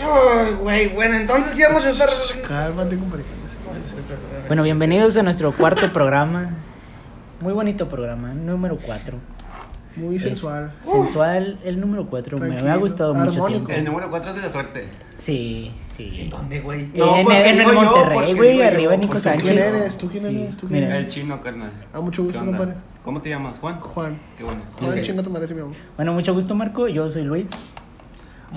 Ay, güey, bueno, entonces ya vamos a estar. Cálmate, compadre. Bueno, bienvenidos a nuestro cuarto programa. Muy bonito programa, número 4. Muy sensual. Sensual, el número 4. Me, me ha Tranquilo, gustado mucho armónico. siempre. El número 4 es de la suerte. Sí, sí. ¿Dónde, güey? No, en, porque en el digo yo, Monterrey, porque güey, digo yo, arriba Nico porque Sánchez. ¿Quién eres? ¿Tú quién eres? ¿Tú quién mira. eres? El chino, carnal. A Ah, mucho ¿Qué gusto, onda? compadre. ¿Cómo te llamas, Juan? Juan. Qué bueno. Juan, Ok. chinga tu madre, sí, mi amor. Bueno, mucho gusto, Marco. Yo soy Luis.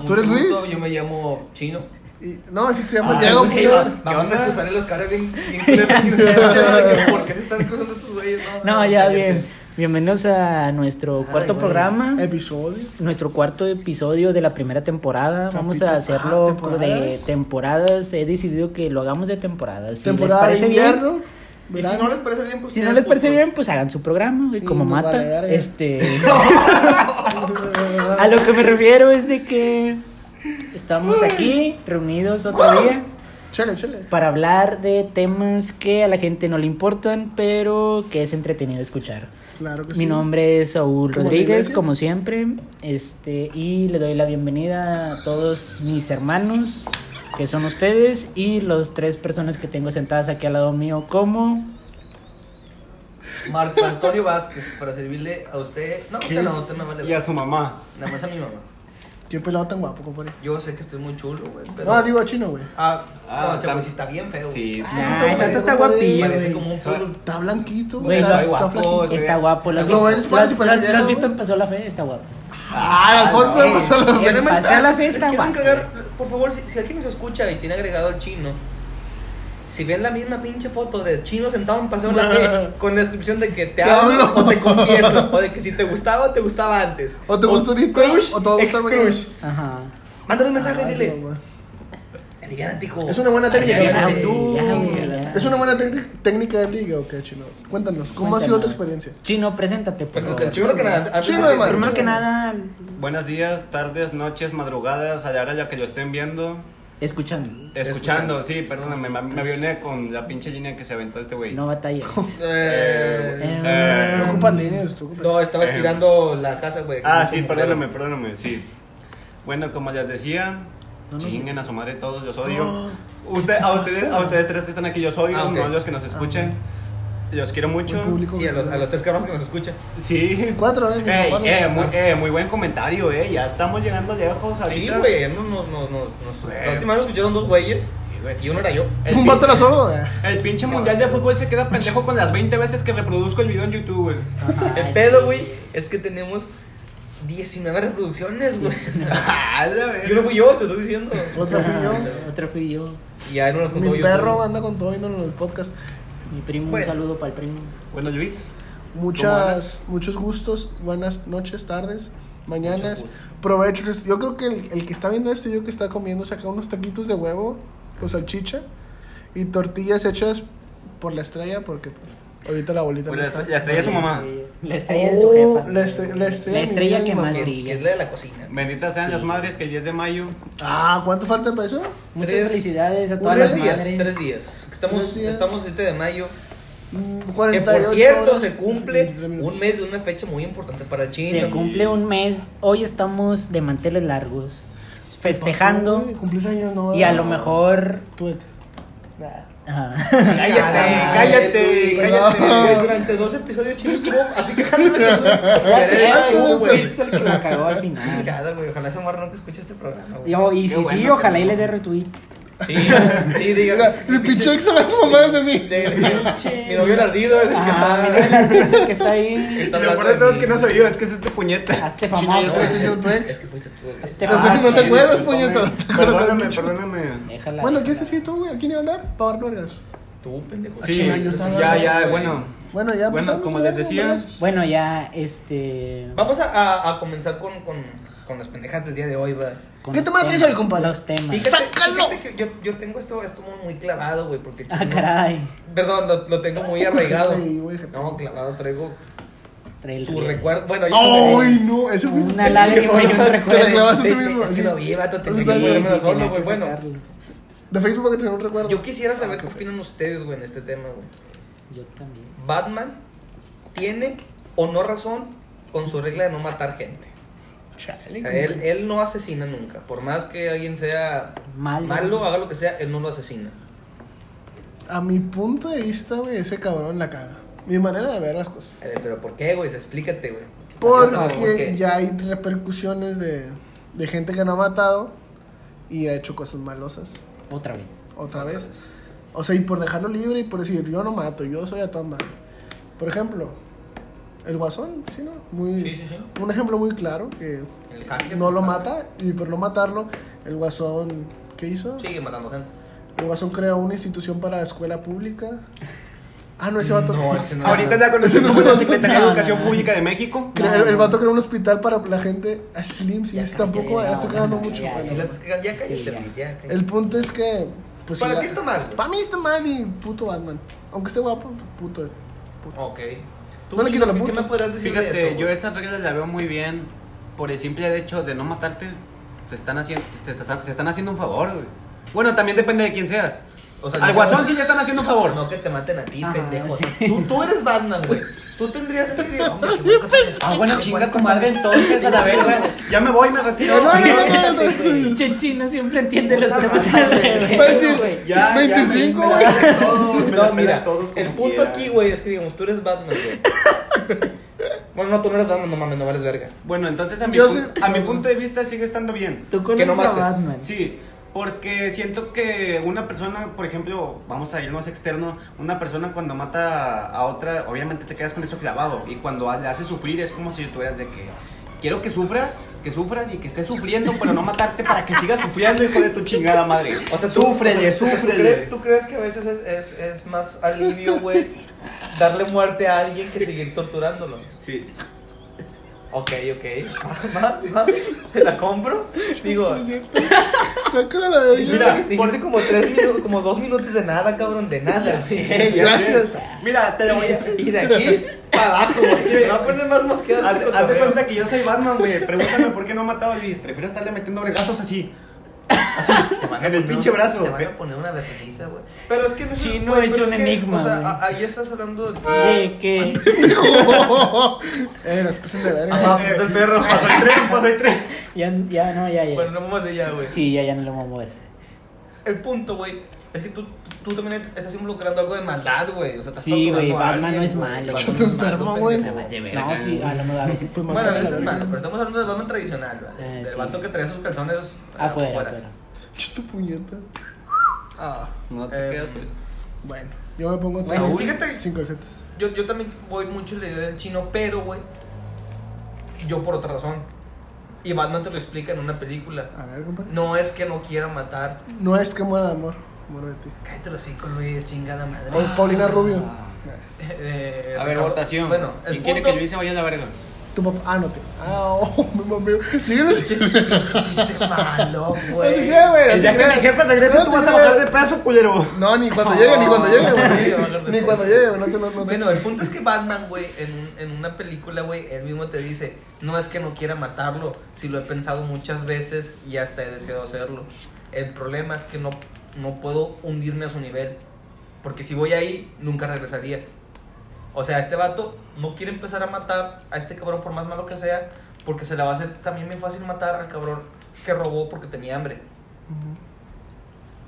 ¿Tú eres Mucho gusto, Luis? Yo me llamo Chino. Y- No, así te Ah, llamas Diego. pues, güey, ¿por va- qué? Vamos a cruzar en los caras bien, bien culeras, bien culeras, ¿Por qué se están cruzando estos güeyes? No, ya bien. Bienvenidos a nuestro Ah, Ay, cuarto güey. programa. Episodio. Nuestro cuarto episodio de la primera temporada. Vamos Capítulo- a hacerlo ah, como de ¿temporadas? temporadas. He decidido que lo hagamos de temporadas. Si Temporada les de parece bien, invierno. Y si no Verano. les parece bien, pues. Si no ustedes, les parece pues, bien, pues hagan su programa, güey, Mm, como nos mata. vale verga. este. a lo que me refiero es de que estamos aquí reunidos otro día Chale, chale. para hablar de temas que a la gente no le importan, pero que es entretenido escuchar. Claro que Pues sí. Mi nombre es Saúl Como la Rodríguez, iglesia. como siempre, este y le doy la bienvenida a todos mis hermanos, que son ustedes, y los tres personas que tengo sentadas aquí al lado mío, como Marco Antonio Vázquez, para servirle a usted. No, usted no, usted me vale. Y a su mamá. Nada más a mi mamá. Qué pelado tan guapo, compadre. Yo sé que estoy muy chulo, güey. Pero... No, digo chino, güey. Ah, Ah, no, ese tam- güey sí está bien feo. Sí. Nah, pues, ese vato Parece está guapillo. Parece güey. como un Suena- fútbol. Está blanquito, Güey, está, está está guapo, flaquito. güey. Está guapo. ¿Lo has Lo visto, ves, parece- lo- parece lo- ya, lo has ¿no, visto güey? en Pasó la Fe? Está guapo. Ah, las fotos de Pasó la Quiero Fe. Quiero pasar mensaje, la fiesta, les quiero guapo. encargar, por favor, si, si alguien nos escucha y tiene agregado al chino, si ven la misma pinche foto de chino sentado en paseo la fe, con la descripción de que te, Te hablo, hablo. o te confieso, o de que si te gustaba o te gustaba antes. O te gusta ahorita, crush, o te va a gustar ex mañana. crush. Ajá. Mándale un mensaje, Ay, dile. mamá. Aliviánate, hijo. Es una buena técnica, Ya, Aliviánate güey. tú. ya, güey, ya. Es una buena tec- técnica de liga, ok, chino. Cuéntanos, ¿cómo ha sido tu Cuéntanos. experiencia? Chino, preséntate, por Pues, favor. primero que nada, antes Chino de- de madre. Primero que nada, Buenos días, tardes, noches, madrugadas, a la hora ya que lo estén viendo. escuchando. Escuchando, sí, perdóname, me, me avioné con la pinche línea que se aventó este güey. No batalla. Eh, Eh, No ocupas líneas, tú ocupas- No, estaba estirando la casa, güey. Ah, con sí, su mujer. perdóname, perdóname, sí. Bueno, como les decía, chinguen a su madre todos, los odio. Oh. Usted- a, ustedes, a ustedes tres que están aquí, los odio, Ah, ok. no a los que nos escuchen. Los quiero mucho. Muy Ah, público. Sí, a los, a los tres cabrones que nos escuchan. Sí. Cuatro, eh, mi Ey, papá, eh, mi muy, papá. eh, muy buen comentario, eh. Ya estamos llegando lejos Sí, ahorita. güey, no, no, no, no, no. Güey. La última vez lo escucharon dos güeyes güey. y uno era yo. El Un pin- vato era solo, eh. El pinche mundial de fútbol se queda pendejo con las 20 veces que reproduzco el video en YouTube, güey. Ajá, El pedo, güey, es que tenemos 19 reproducciones, güey. A la Y uno verga. fui yo, te estoy diciendo. Otro Ajá, fui yo. Otro fui yo. Y ya no nos contó Mi yo. perro anda con todo viéndolo en el podcast. Mi primo, Pues, Bueno. un saludo para el primo. Bueno, Luis. Muchas, muchos gustos, buenas noches, tardes, mañanas, provechos. Yo creo que el, el que está viendo esto, yo que está comiendo, saca unos taquitos de huevo o salchicha y tortillas hechas por la estrella, porque pues, ahorita la abuelita Pues no la, está. est- la estrella es su mamá. La estrella de su Oh, jefa. la estre- la estrella La de mi estrella vida y que mi más mamá. Que, que es brilla. la de la cocina. Benditas sean las madres que el 10 de mayo. Ah, ¿cuánto falta para eso? Muchas Tres- felicidades a todas Tres las días, madres. tres días. Estamos, Tres días. estamos el 7 de mayo. Mm, Que 48 por cierto horas, se cumple 23 minutos. un mes de una fecha muy importante para el Se chino. cumple un mes. Hoy estamos de manteles largos, festejando. Ay, Cumplís años, no. Y a lo mejor. Tu ex. Nah. Ajá. Cállate, Ay, cállate, güey, cállate. güey, Durante dos episodios chino estuvo así quejándome. Ya Eres eres tú, tú, güey. fuiste el que la cagó al final. Chingada, Ah, güey. Ojalá esa morra nunca escuche este programa, güey. Yo- y Qué si bueno sí, que ojalá no. y le dé retweet. Sí, sí, diga. Mira, el pinche ex hablando mamadas de mí. de- de- Mi novio el ardido es el que Ajá, está. mira las veces que está ahí. está Y lo hablando peor de de todo mí. es que no soy yo, es que es este puñeta. Hazte Chino, famoso. ¿Puedes decir tu Es ex? que fuiste tú, güey. Hazte Pero tú sí no te famoso. acuerdas, Ah, sí, puñeta. Perdóname, perdóname. Déjala. Bueno, ¿qué es así tú, güey? ¿A quién iba a hablar? Para dar vergas. Tú, pendejo. Sí, Ah, chinga, yo Este estaba ya, hablando ya, de- bueno. Bueno, ya Bueno, empezamos, como güey, les decía, pues, vergas. Bueno, ya, este. Vamos a, a, a comenzar con, con, con las pendejas del día de hoy, güey. con ¿Qué los tema temas, traes hoy, compa? Los temas. Fíjate- ¡Sácalo! fíjate que yo, yo tengo esto, esto muy- muy clavado, güey, porque... Ah, chino- caray. Perdón, lo, lo tengo muy arraigado. Sí, güey, se No, clavado, traigo Trae el su riel. recuerdo. Bueno, yo- ¡Ay, no! Ese fue Una ese- lágrima y un ese- Te la recuerdo. clavaste Sí, tú mismo. Es que sí. lo vi, vato, te Eso enseñé, está bien. güey. Sí, solo, tenía güey, que bueno. sacarlo. De Facebook para que tener un recuerdo. Yo quisiera Ah, saber qué opinan ustedes, güey, en este tema, güey. Yo también. ¿Batman tiene o no razón con su regla de no matar gente? Chale, Él, compadre. él no asesina nunca. Por más que alguien sea Malo. malo, haga lo que sea, él no lo asesina. A mi punto de vista, güey, ese cabrón la caga. Mi manera de ver las cosas. A ver, Eh, pero ¿por qué, güey? Explícate, güey. Ya sabes por Porque qué. ya hay repercusiones de, de gente que no ha matado y ha hecho cosas malosas Otra vez. otra vez. O sea, y por dejarlo libre y por decir, yo no mato, yo soy a toda madre. Por ejemplo, el guasón, ¿sí, no? Muy, Sí, sí, sí. Un ejemplo muy claro que El hacker. no lo mata y por no matarlo, el guasón, ¿qué hizo? Sigue matando gente. El guasón creó una institución para escuela pública. Ah, no, ese vato. No, ese no. Ahorita ya conocimos a la Secretaría de Educación Pública de México. Creó- el, el vato creó un hospital para la gente ah, slim, sí, Ya, ese tampoco, ya, la estoy ya, cagando ya, mucho. ya, bueno. Sí, la estás cagando. Ya cállate, Sí, ya. Luis, ya cállate. El punto es que. Pues, sí, Para la- ti está mal, güey. Para mí está mal y puto Batman. Aunque esté guapo, puto. puto. Ok. Tú, No le quito Chino, la ¿qué- ¿Qué punta. me podrás decir de Fíjate, eso, yo güey? esas reglas las veo muy bien. Por el simple hecho de no matarte, te están haciendo, te, estás- te están haciendo un favor, güey. Bueno, también depende de quién seas. O sea, Al yo- guasón sí le están haciendo un favor. No que te maten a ti, Ajá, pendejo. sí. Tú, tú eres Batman, güey. Tú tendrías ese video. Hombre, qué bueno que- Ah, bueno, chinga tu madre entonces, a la verga. Ya me voy, me retiro. No, no, no, Adiós. no, no, no. Pinche chino siempre entiende los temas al revés. Va a decir, güey. Ya, 25, ya, me güey. la pelan todos, me la No, pelan mira, todos como el punto quieran. aquí, güey, es que digamos, tú eres Batman, güey. bueno, no, tú no eres Batman, no mames, no vales verga. Bueno, entonces a mi, Yo pu- sí- a mi punto de vista sigue estando bien. Tú Que conoces no a mates. Batman. Sí, porque siento que una persona, por ejemplo, vamos a ir más externo, una persona cuando mata a otra, obviamente te quedas con eso clavado. Y cuando a- le hace sufrir es como si tuvieras de que quiero que sufras, que sufras y que estés sufriendo, pero no matarte para que sigas sufriendo, hijo de tu chingada madre. O sea, tú- sufrele, o sea, ¿tú sufrele. crees- ¿Tú crees que a veces es, es, es más alivio, güey, darle muerte a alguien que seguir torturándolo? Sí. Ok, ok. Va, va, ¿Te la compro? Digo, Sácala la verga. Mira, dijiste, dijiste como tres minutos, como dos minutos de nada, cabrón, de nada. Eh, ya Gracias. sé. Mira, te lo voy a... Y de aquí para abajo, güey. Se va a poner más mosqueados. Haz, haz de cuenta que yo soy Batman, güey. Pregúntame por qué no he matado a Luis. Prefiero estarle metiendo bregazos así. Así. en el pinche brazo. Te van a poner una vergüenza, güey. Pero es que no Chino güey, es pero un que, enigma, O sea, güey. a- ahí estás hablando de. De que Eh, las pasan de verga. Ajá, pues el perro. Paso el tren, paso el tren. ya, ya no, ya, ya. Bueno, no vamos allá, güey. sí, ya, ya no lo vamos a mover. El punto, güey, es que tú, tú también estás involucrando algo de maldad, güey. O sea, estás Sí, güey, torturando a Batman alguien, no es güey. malo. Batman Yo no te es malo, enfermo, güey. pendejo. Nada más de verga. No, sí, a lo mejor a veces. Pues, es- Bueno, a Mándale veces la es verga. malo, pero estamos hablando de Batman tradicional, güey. Eh, Del sí. vato que trae sus calzones afuera, afuera. Chito puñeta. Ah, No te Eh, quedas, güey. Bueno, yo me pongo Bueno, tenis fíjate. sin calcetas. Yo, yo también voy mucho la idea del chino, pero, güey, yo por otra razón. Y Batman te lo explica en una película. A ver, compadre. No es que no quiera matar. No es que muera de amor, muero de ti. Cállate los cinco, Luis, chingada madre. Pa- Paulina Rubio. Ah. Eh, A ver, Ricardo, votación. Bueno, el ¿Quién quiere punto- que Luis se vaya a la verga? Tu papá. Ah, no te. Ah, oh, me mameo. Síguenos. chiste malo, No te güey. creas, güey. no te creas. No te creas. peso, culero. No, ni cuando llegue, ni cuando llegue, Sí, va a bajar de güey. Ni peso. cuando llegue, güey. No te no, no te- Bueno, el punto es que Batman, güey, en, un- en una película, güey, él mismo te dice, no es que no quiera matarlo, si lo he pensado muchas veces y hasta he deseado hacerlo. El problema es que no, no puedo hundirme a su nivel, porque si voy ahí, nunca regresaría. O sea, este vato no quiere empezar a matar a este cabrón por más malo que sea, porque se la va a hacer también bien fácil matar al cabrón que robó porque tenía hambre.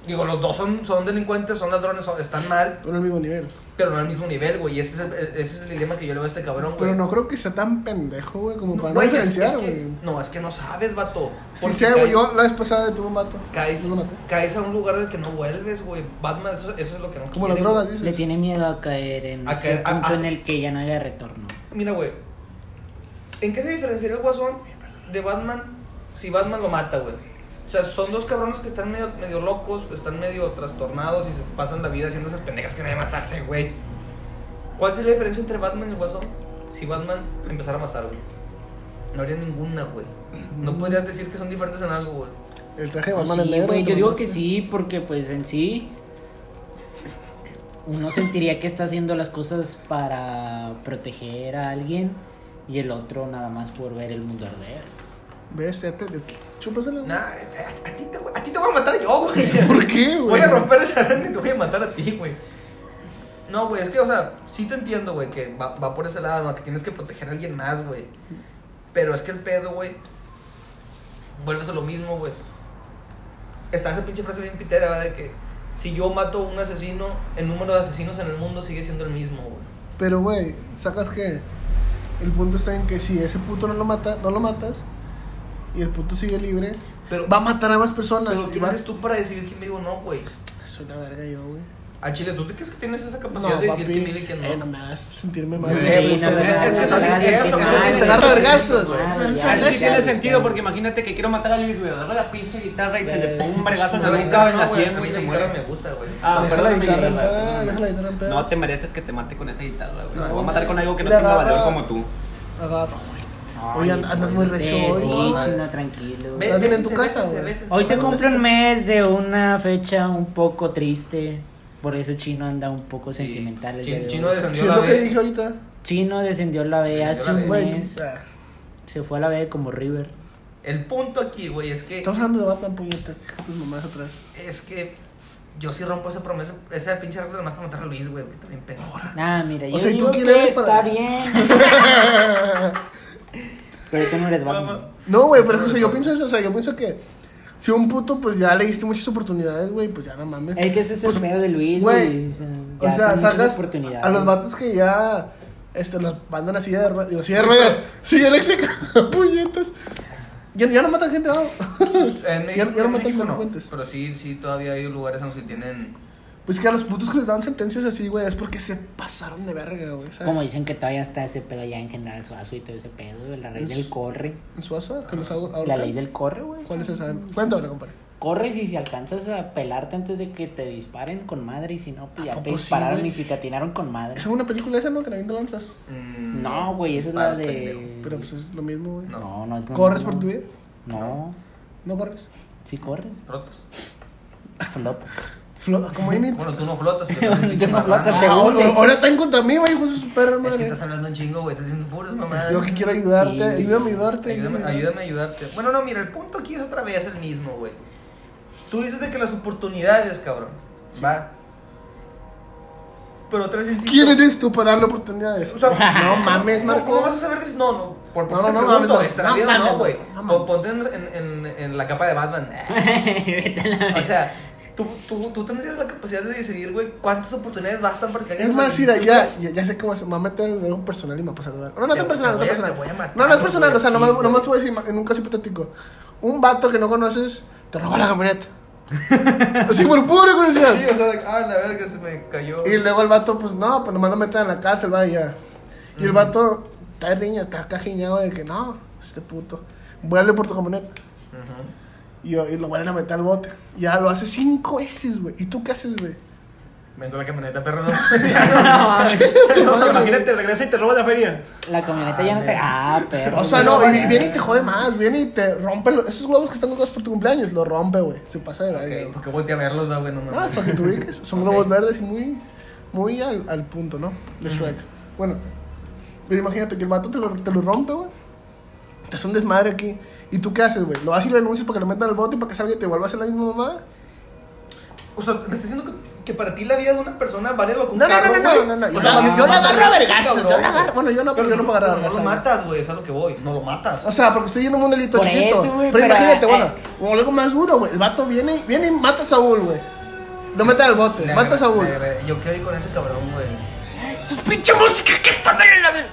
Digo, los dos son, son delincuentes, son ladrones, son- están mal, Pero al mismo nivel. pero no al mismo nivel, güey. Ese es el, e, ese es el dilema que yo le veo a este cabrón, güey. Pero no creo que sea tan pendejo, güey, como para no güey, es- diferenciar, es que- güey. No, es que no sabes, vato. Sí Porque sé, güey. caes- Yo la vez pasada detuve un vato. Caes, No lo maté. caes a un lugar del que no vuelves, güey. Batman, eso, eso es lo que no Como quiere, las drogas, güey. dices. Le tiene miedo a caer en A ese caer- a- punto a- en el que ya no haya retorno. Mira, güey. ¿En qué se diferenciaría el guasón de Batman si Batman lo mata, güey? O sea, son dos cabrones que están medio, medio locos, están medio trastornados y se pasan la vida haciendo esas pendejas que nadie más hace, güey. ¿Cuál sería la diferencia entre Batman y el guasón si Batman empezara a matar, güey? No habría ninguna, güey. No podrías decir que son diferentes en algo, güey. El traje de Pues Batman sí, es negro. güey, te yo lo digo mamaste. que sí, porque pues en sí uno sentiría que está haciendo las cosas para proteger a alguien y el otro nada más por ver el mundo arder. Ves, ya te, te chúpasela, güey. Nah, a, a ti te, voy- a ti te voy a matar yo, güey. ¿Por qué, güey? Voy a romper esa rana y te voy a matar a ti, güey. No, güey, es que, o sea, sí te entiendo, güey, que va, va por ese lado, ¿no? que tienes que proteger a alguien más, güey. Pero es que el pedo, güey, vuelves a lo mismo, güey. Está esa pinche frase bien pitera, ¿verdad? De que si yo mato a un asesino, el número de asesinos en el mundo sigue siendo el mismo, güey. Pero, güey, sacas que el punto está en que si ese puto no lo, mata, no lo matas y el puto sigue libre, Pero, va a matar a más personas. pero y ¿quién va- eres tú para decidir quién vive o no, güey? Soy la verga yo, güey. A Chile, ¿tú te crees que tienes esa No, capacidad de Pues decir quién vive y papi. quién Eh, no no? me hagas sentirme mal. Sí, güey. no, Soy- no, es que eso sí es cierto, Pues, Ay, te no, agarro no, vergazos, güey. no, Pues, ya, son Ahí sí tiene vergazos. sentido, porque imagínate que quiero matar a Luis, güey. Agarra la pinche guitarra y se le pone un vergazo en la La boca guitarra en la no, güey. sien, A mí güey, la se guitarra muere. me gusta, güey. Ah, Deja perdón, la mi guitarra en guitarra, paz, perdón. deja la guitarra en paz. No te mereces que te mate con esa guitarra, güey. No. Te voy a matar con algo que no Mira, tenga valor agarra. como tú. Agarro. Ay, Oye, an- andas muy Sí, recio sí, hoy, ¿no? chino, tranquilo. Ve- ¿Estás bien en tu bésense, casa, bésense, güey? bésense. Hoy se cumple un mes de una fecha un poco triste. Por eso Chino anda un poco Sí. sentimental. el Chin- día de Chino hoy. Si descendió es la lo que vez. dije ahorita. Chino descendió la B hace un Güey, Güey, mes. tú- ah, Se fue a la B como River. El punto aquí, güey, es que Estamos hablando de Batman, puñetas. Deja tus mamás atrás. es que yo sí rompo esa promesa, esa pinche regla nomás para matar a Luis, güey, que también pendejo. Nada, mira, O yo sea, ¿y tú digo quién que eres está para- bien. Pero tú no eres Batman. No, güey, pero es que o sea, yo pienso eso. O sea, yo pienso que si un puto, pues ya le diste muchas oportunidades, güey, pues ya no mames. Es que ese es el medio de Luis, güey, güey. O ya sea, son muchas sacas oportunidades. a los vatos que ya este, los mandan así de ruedas. Digo, silla de ruedas. Silla eléctrica. Puñetas. Ya, ya no matan gente, vamos. En México, ya no en matan México delincuentes. Pero sí, sí, todavía hay lugares en los que tienen. Pues que a los putos que les dan sentencias así, güey, es porque se pasaron de verga, güey. ¿sabes? Como dicen que todavía está ese pedo ya en general Suazo y todo ese pedo, güey, la ley Es- del corre. En Suaza, que los ahorcan. La ley del corre, güey. ¿Cuál es esa? Cuéntame, compadre. Corres y si alcanzas a pelarte antes de que te disparen con madre y si no, pues ¿A ya te poco sí, dispararon güey? y si te atinaron con madre. Esa es una película esa, ¿no? Que la gente lanza. mm, No, güey, esa es la disparos, de... pendejo. Pero pues es lo mismo, güey. No. No, no es lo ¿Corres mismo. por tu vida? No, ¿No corres? sí corres, Rotos. flota. Flo como yo ni- Bueno, tú no flotas, pero eres un pinche Yo no marrano. floto, Ah, te hunde. ahora- ahora están contra mí, güey, hijo de su perra Es que madre. estás hablando un chingo, güey, estás diciendo puras mamadas. Yo que quiero ayudarte, Sí. ayúdame a ayudarte. Ayúdame, ayúdame a ayudarte. Bueno, no, mira, el punto aquí es otra vez el mismo, güey. Tú dices de que las oportunidades, cabrón. Va. Pero otra vez insisto. ¿Quién eres tú para darle oportunidades? O sea, no ¿cómo- mames, cómo- ¿Cómo Marco. vas a saber si no, no? Por, por No, eso no, te no, pregunto, mames, ¿estará no, bien o mames, no, güey? no mames. Pon- Ponte en, en, en, en la capa de Batman. Vete a la- O sea, tú, tú, tú tendrías la capacidad de decidir, güey, cuántas oportunidades bastan para que alguien Es más, se- mira, ya, ya, ya sé cómo se me va a meter en algo personal y me va a pasar algo. No, no Te- tan personal, no te tan voy a- te voy a personal. matar, No, no es personal, o sea, güey, nomás, sí, nomás güey. voy a decir ma- en un caso hipotético. Un vato que no conoces te roba la camioneta. Así por pura curiosidad. Sí, o sea, de- ah, la verga se me cayó. Y luego el vato, pues no, pues nomás lo meten en la cárcel, va y ya. Y el vato está de riña, está cajiñado de que no, este puto. Vuelve por tu camioneta. Ujú. Y, y lo vuelven a meter al bote. Ya lo hace cinco veces, güey. ¿Y tú qué haces, güey? Vendo la camioneta, perro, no. Imagínate, regresa y te roba la feria. La camioneta ya no te... Ah, perro. O sea, güey, no, y ya. viene y te jode más, viene y te rompe lo- esos globos que están colgados por tu cumpleaños, lo rompe, güey. Se pasa de verga. Ok, güey. porque volteé a verlos, va, güey, no No, es mames. para que te ubiques. Son Ok. globos verdes y muy, muy al, al punto, ¿no? De Shrek. Bueno, pero imagínate que el vato te lo, te lo rompe, güey. Te hace un desmadre aquí. ¿Y tú qué haces, güey? ¿Lo vas y lo denuncias para que lo metan al bote y para que salga y te vuelva a hacer la misma mamada? O sea, me estás diciendo que, que para ti la vida de una persona vale lo que un No, no, carro, no, no, güey? no, no, no. O sea, Yo- yo- yo no la agarro a mames, vergazos, cabrón, yo la agarro- güey. bueno, yo no, porque yo no puedo agarrar No lo vergazos. matas, güey, es a lo que voy. No lo matas. O sea, porque estoy yendo a un delito Por chiquito. eso, pero, güey, pero, imagínate, eh, bueno, o algo más duro, güey. El vato viene, viene y mata a Saúl, güey. Lo mete al bote, Le mata a agarra- Saúl. le agarra- Yo quiero ir con ese cabrón, güey. Tu pinche música que poner en la verga.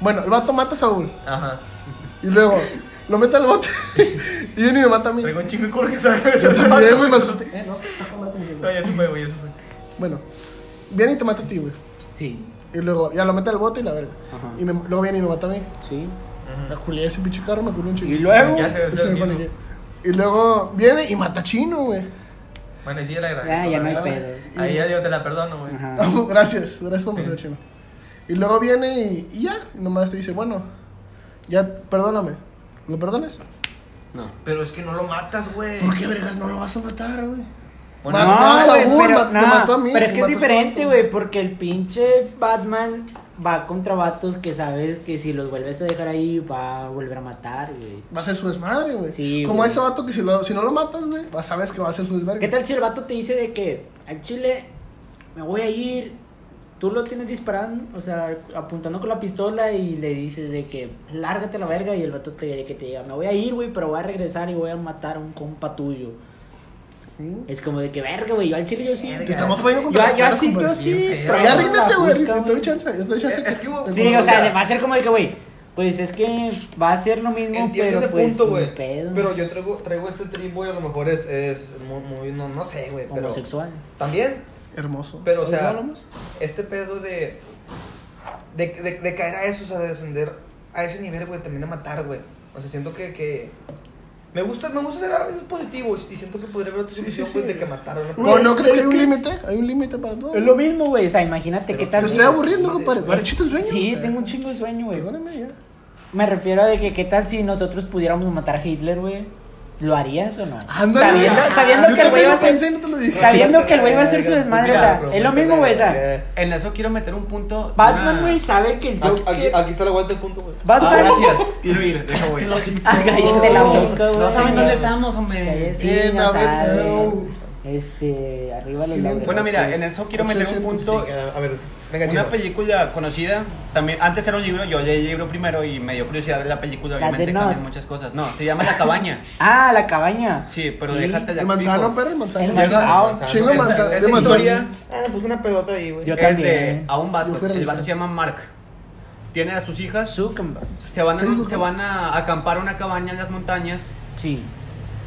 Bueno, el vato mata a Saúl. Ajá. Y luego, lo mete al bote. y viene y me mata a mí. Traigo un chingo de culo que sabe. Yo también, güey, me asusté. Eh, no, no, no, no, no, No, no. ya se fue, güey, ya se fue. Bueno, viene y te mata a ti, güey. Sí, Y luego, ya lo mete al bote y la verga. Ajá. Y me- luego viene y me mata a mí. sí. Me julié ese pinche carro, me culé un chingo. Y luego... Ya se Ese me se pone vino. aquí. Y luego viene y mata a Chino, güey. Bueno, y sí, le agradezco. Ya, ya no hay ¿verdad, pedo. güey? Ahí ya yo te la perdono, güey. Ajá. Ah, pues, gracias, gracias por meter chino. Y luego viene y, y ya, nomás te dice, bueno, ya perdóname. ¿Lo perdonas? No. Pero es que no lo matas, güey. ¿Por qué vergas no lo vas a matar, güey? Bueno, Mató a güey, Saúl, pero- ma- me mató a mí, Pero es que es mató a diferente, Saúl. güey, porque el pinche Batman va contra vatos que sabes que si los vuelves a dejar ahí va a volver a matar, güey. Va a ser su desmadre, güey. Sí, Como güey. ese vato que si, lo- si no lo matas, güey, vas- sabes que va a ser su desmadre. ¿Qué tal si el vato te dice de que al chile me voy a ir, tú lo tienes disparando, o sea, apuntando con la pistola y le dices de que lárgate a la verga y el vato te, de que te diga, me voy a ir, güey, pero voy a regresar y voy a matar a un compa tuyo. Es como de que verga, güey, yo al chile yo sí. Verga. Te estamos poniendo Yo, contra las cuerdas, yo sí, yo compadre. sí. Bien feo. traigo Ya la ríndete, güey. fusca, Te doy güey. chance. Yo te doy chance. Es que hubo- te- Sí, o sea, va a ser como de que, güey, pues es que va a ser lo mismo, Entiendo pero ese pues punto, ni güey. pedo. Pero yo traigo, traigo este trip, güey, a lo mejor es, es muy, muy- no, no sé, güey, pero... homosexual. También, Hermoso. pero o ¿Ya sea, hablamos? este pedo de de, de... de caer a eso, o sea, de descender a ese nivel, güey, también a matar, güey. O sea, siento que... que me gusta, me gusta ser a veces positivo y siento que podría haber otra Sí, sí, solución, sí. güey, de que matar a una No, persona. ¿no crees que hay es un que- límite? Hay un límite para todo. Es lo mismo, güey, o sea, imagínate Pero qué te Te tal. estoy aburriendo, Sí, compadre. es- Parechito el sueño. Sí, tengo un chingo de sueño, güey. Perdóname ya. Me refiero a de que qué tal si nosotros pudiéramos matar a Hitler, güey. ¿Lo harías o no? Ándale. Sabiendo, sabiendo Yo que el güey también va a lo pensé y ser... no te lo dije. Sabiendo que el güey va a hacer su desmadre, o sea, es lo mismo, güey, o sea, En eso quiero meter un punto. Batman, una- güey, sabe que el Aquí, aquí, Joker... aquí está la vuelta del punto, güey. Ah, Batman... gracias. Quiero ir, deja, güey. Ah, cállate la boca, güey. No saben dónde estamos, hombre. Cállate, Sí, Bien, no a ver, sabe. Eh, no. Este, arriba los Bueno, laureles. Bueno, mira, en eso quiero meter un punto. A ver, venga, Una película conocida, también antes era un libro, yo leí el libro primero y me dio curiosidad ver la película, La de obviamente Not. cambian muchas cosas. No, se llama La Cabaña. Ah, la cabaña. Sí, pero Sí. déjate la El manzano, perro, el El manzano. manzao. manzano. Chingo Esa- manzano. esa De manzano. historia- Ah, pues una pedota ahí, güey. Yo es de también. eh. a un Yo vato. fuera El el vato hijo. se llama Mark. Tiene a sus hijas. Zuckerberg. Se van, a, Facebook. se van a acampar a una cabaña en las montañas. Sí.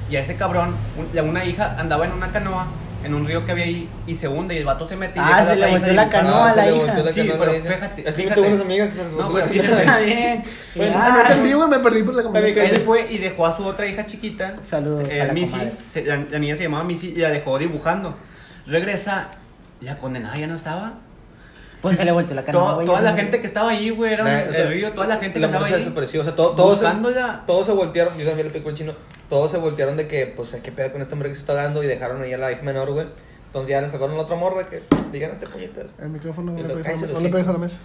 Y a ese cabrón, un- la- una hija andaba en una canoa en un río que había ahí y se hunde. Y el vato se mete y Ah, llega se le hija volteó y- la canoa. a la hija. Sí, pero fíjate, Así que fíjate. tengo unas amigas que se les No, volteó pero la fíjate. Está canoa. bien. Bueno, Ah, No entendí, güey. Me perdí por la bien, Él camioneta. fue y dejó a su otra hija chiquita. Saludos eh, a la Missy. comadre. se- la, la niña se llamaba Missy y la dejó dibujando. Regresa. La condenada ya no estaba. Pues se le volteó la cara. Toda- toda la gente que estaba ahí, güey, era un- Nah, o sea, el río, toda la gente que la andaba morsa ahí. desapareció, o sea, todo- todos, buscándola. se, todos se voltearon, yo también le pico el chino, todos se voltearon de que, pues, ¿qué pedo con esta mujer que se está dando? Y dejaron ahí a la hija menor, güey. Entonces ya le sacaron la otra morra que, díganate, puñetas. El micrófono no Pero le pegas a la- cállese no los le pegas a la hijos. mesa.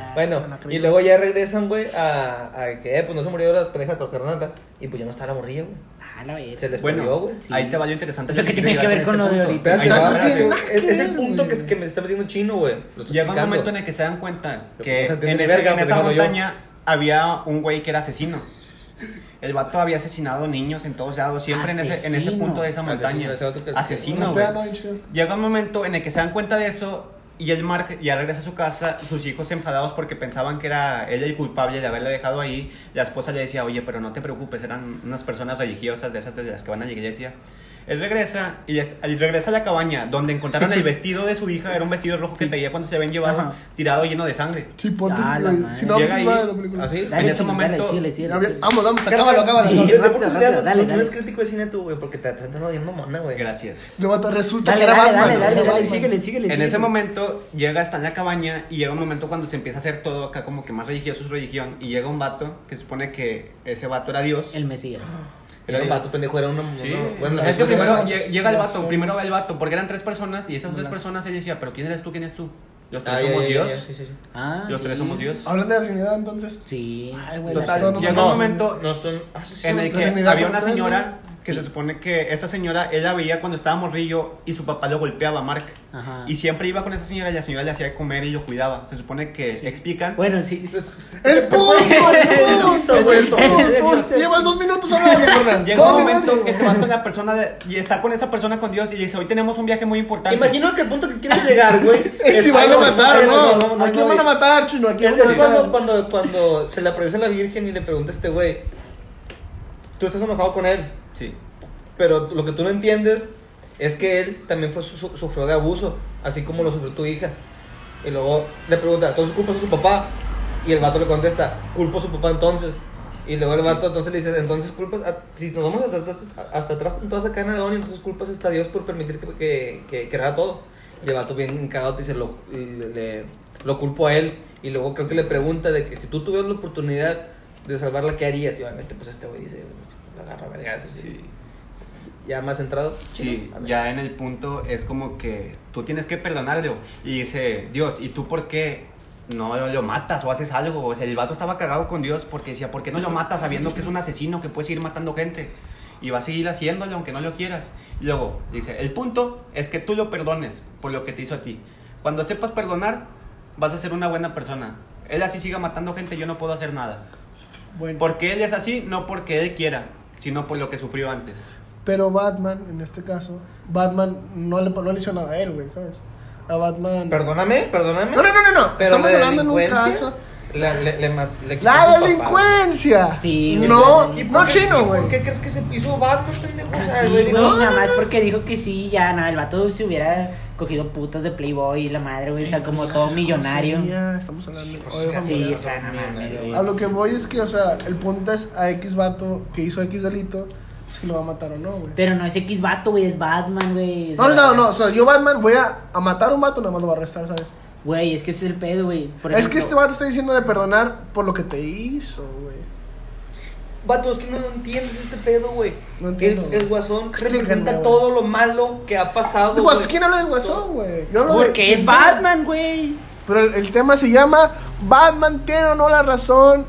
Ah, Bueno, y luego ya regresan, güey, a, a que, eh, pues, no se murió la pendeja de tu carnal, y pues ya no está la morrilla, güey. Ah, la verga. Se les Bueno, murió, güey. Sí. ahí te va lo interesante. Eso de que quiero tiene que llegar ver con lo de este punto. ahorita. Espérate, Ahí no va, espérate, tiene espérate. nada es, que es el ver, punto que, güey. es- que me está metiendo chino, güey. Lo estoy Llega un explicando. momento en el que se dan cuenta que O sea, en, tiene ese- verga, en pues, esa como yo. montaña había un güey que era asesino. El vato había asesinado niños en todos lados, siempre en ese, en ese Asesino. punto de esa Asesino, montaña. ese vato que- Asesino, No, güey. pega, no, chido. Llega un momento en el que se dan cuenta de eso y el Mark ya regresa a su casa, sus hijos enfadados porque pensaban que era él el culpable de haberla dejado ahí. La esposa le decía, oye, pero no te preocupes, eran unas personas religiosas de esas de las que van a la iglesia. Él regresa y es- él regresa a la cabaña donde encontraron el vestido de su hija, era un vestido rojo que traía cuando se habían llevado, Ajá. tirado lleno de sangre. Chipotes, Ah, la güey. madre. Si no, pues Llega va ahí. de la película. ¿Así? en ese momento- Ya, bien, Vamos, vamos, acábalo, acábalo. Sí. No, acábalo. de- de rápido, oportunidad, rápido, no- dale, no tú eres dale. crítico de cine tú, güey, porque te te estás viendo mona, güey. Gracias. Luego te resulta que Dale, era dale, Batman. dale, era dale, dale, Batman. síguele, síguele. En ese síguele. momento llega hasta en la cabaña y llega un momento cuando se empieza a hacer todo acá como que más religioso es religión y llega un vato que supone que ese vato era Dios. El Mesías. Era un Dios. vato pendejo, era una. Sí, una- bueno, es que eso- las- primero las- lle- llega el las vato, formas. primero va el vato, porque eran tres personas y esas tres personas él decía, pero ¿quién eres tú? ¿Quién es tú? Los tres Ah, ya, somos ya, ya, Dios. ya, sí, sí, sí. Ah, Los sí. tres somos Dios. Hablan de la Trinidad, entonces. Sí. Ay, güey, las Las Total, todo tres. llega no, un momento No son. Ah, sí, sí, en son- el la que Trinidad había somos una tres, señora ¿no? que se supone que esa señora, él la veía cuando estaba morrillo y su papá lo golpeaba a Mark. Ah. Ajá. Y siempre iba con esa señora y la señora le hacía de comer y lo cuidaba. Se supone que explican. Bueno, sí. Pues, El punto, el punto, pues, güey. El punto. Llevas dos minutos hablando, carnal. Llega Dos un momento minutos. que te vas con la persona de- y está con esa persona con Dios y le dice, hoy tenemos un viaje muy importante. Imagino que el punto que quieres llegar, güey. Es si van a matar o no. ¿A aquí quién van a matar, chino? ¿A quién Es van a cuando, matar? cuando, cuando se le aparece la Virgen y le pregunta a este güey, tú estás enojado con él, Sí. pero lo que tú no entiendes es que él también fue, su- su- sufrió de abuso, así como lo sufrió tu hija. Y luego le pregunta, entonces culpas a su papá. Y el vato le contesta, culpo a su papá entonces. Y luego el vato entonces le dice, entonces culpas, a- si nos vamos hasta, hasta- hasta atrás con toda esa cadena de odio, entonces culpas hasta a Dios por permitir que, que, que, que haga todo. Y el vato bien cagado te dice, lo, le- le- lo culpo a él. Y luego creo que le pregunta de que si tú tuvieras la oportunidad de salvarla, ¿qué harías? Y obviamente pues este güey dice, la agarra vergas. Sí. Ya más centrado. Sí, A ver. ya en el punto es como que tú tienes que perdonarlo. Y dice, Dios, ¿y tú por qué no lo, lo matas o haces algo? O sea, el vato estaba cagado con Dios porque decía, ¿por qué no lo matas sabiendo que es un asesino que puede seguir matando gente? Y va a seguir haciéndolo aunque no lo quieras. Y luego dice, el punto es que tú lo perdones por lo que te hizo a ti. Cuando sepas perdonar, vas a ser una buena persona. Él así siga matando gente, yo no puedo hacer nada. Bueno, Porque él es así, no porque él quiera, sino por lo que sufrió antes. pero Batman, en este caso, Batman no le, no le hizo nada a él, güey, ¿sabes? A Batman. Perdóname, perdóname. No, no, no, no, no. Pero Estamos la hablando en un delincuencia, caso. La, le, le ma- le quitó ¡La a su papá. delincuencia! Sí, güey. No, ¿Y por no qué- chino, y ¿Por güey. Ah, qué crees que se pisó Batman, pendejo? O sea, Sí, güey, güey, digo, nada más porque dijo que sí, ya, nada, el vato se hubiera cogido putas de Playboy y la madre, güey, o sea, como todo millonario. Grosería, Estamos hablando. pues, Oye, casi familia. Sí, Como o sea, no mames, güey. A lo que voy es que, o sea, el punto es a X vato que hizo X delito, si lo va a matar o no, güey. Pero no es X vato, güey, es Batman, güey. o No, no, sea, no, no, o sea, yo Batman voy a, a matar a un vato, nada más lo va a arrestar, ¿sabes? Güey, es que ese es el pedo, güey. Por es que ejemplo, este vato está diciendo de perdonar por lo que te hizo, güey. Vato, es que no entiendes este pedo, güey. No entiendo, El, güey. el guasón Explícame, representa güey. todo lo malo que ha pasado. ¿De guasón? güey. ¿Quién habla del guasón, güey? Yo hablo de- Porque es ¿quién sabe? Batman, güey. Pero el, el tema se llama Batman tiene o no la razón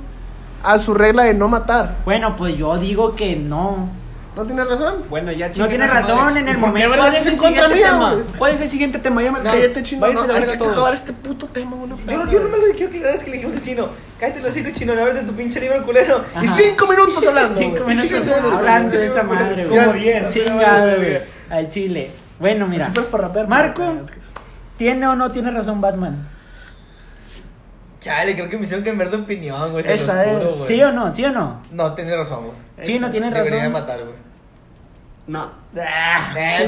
a su regla de no matar. Bueno, pues yo digo que no. ¿No tiene razón? Bueno, ya No chinguen tiene a su razón madre. en el por qué momento. hablas en contra mía, güey? ¿Cuál es el siguiente tema? Ya me Cállate, chino, no, Váyanse a la hay que verga todos. acabar este puto tema, güey. no Yo, puedo. yo nomás lo que quiero aclarar es que le dijimos al chino, cállate los cinco chino, no de tu pinche libro culero. Y Ajá. cinco minutos hablando, Cinco güey. minutos güey. hablando de esa madre, güey. Como diez. Chingado, güey. Al chile. Bueno, mira. Así fue para rapear, Marco, pero- ¿tiene o no tiene razón Batman? Chale, creo que me hicieron cambiar de opinión, güey. se los Esa juro, es, güey. ¿Sí o no? ¿Sí o no? No, tiene razón, güey. Sí, no tiene razón. Ah, Debería matar, güey. No. Eh,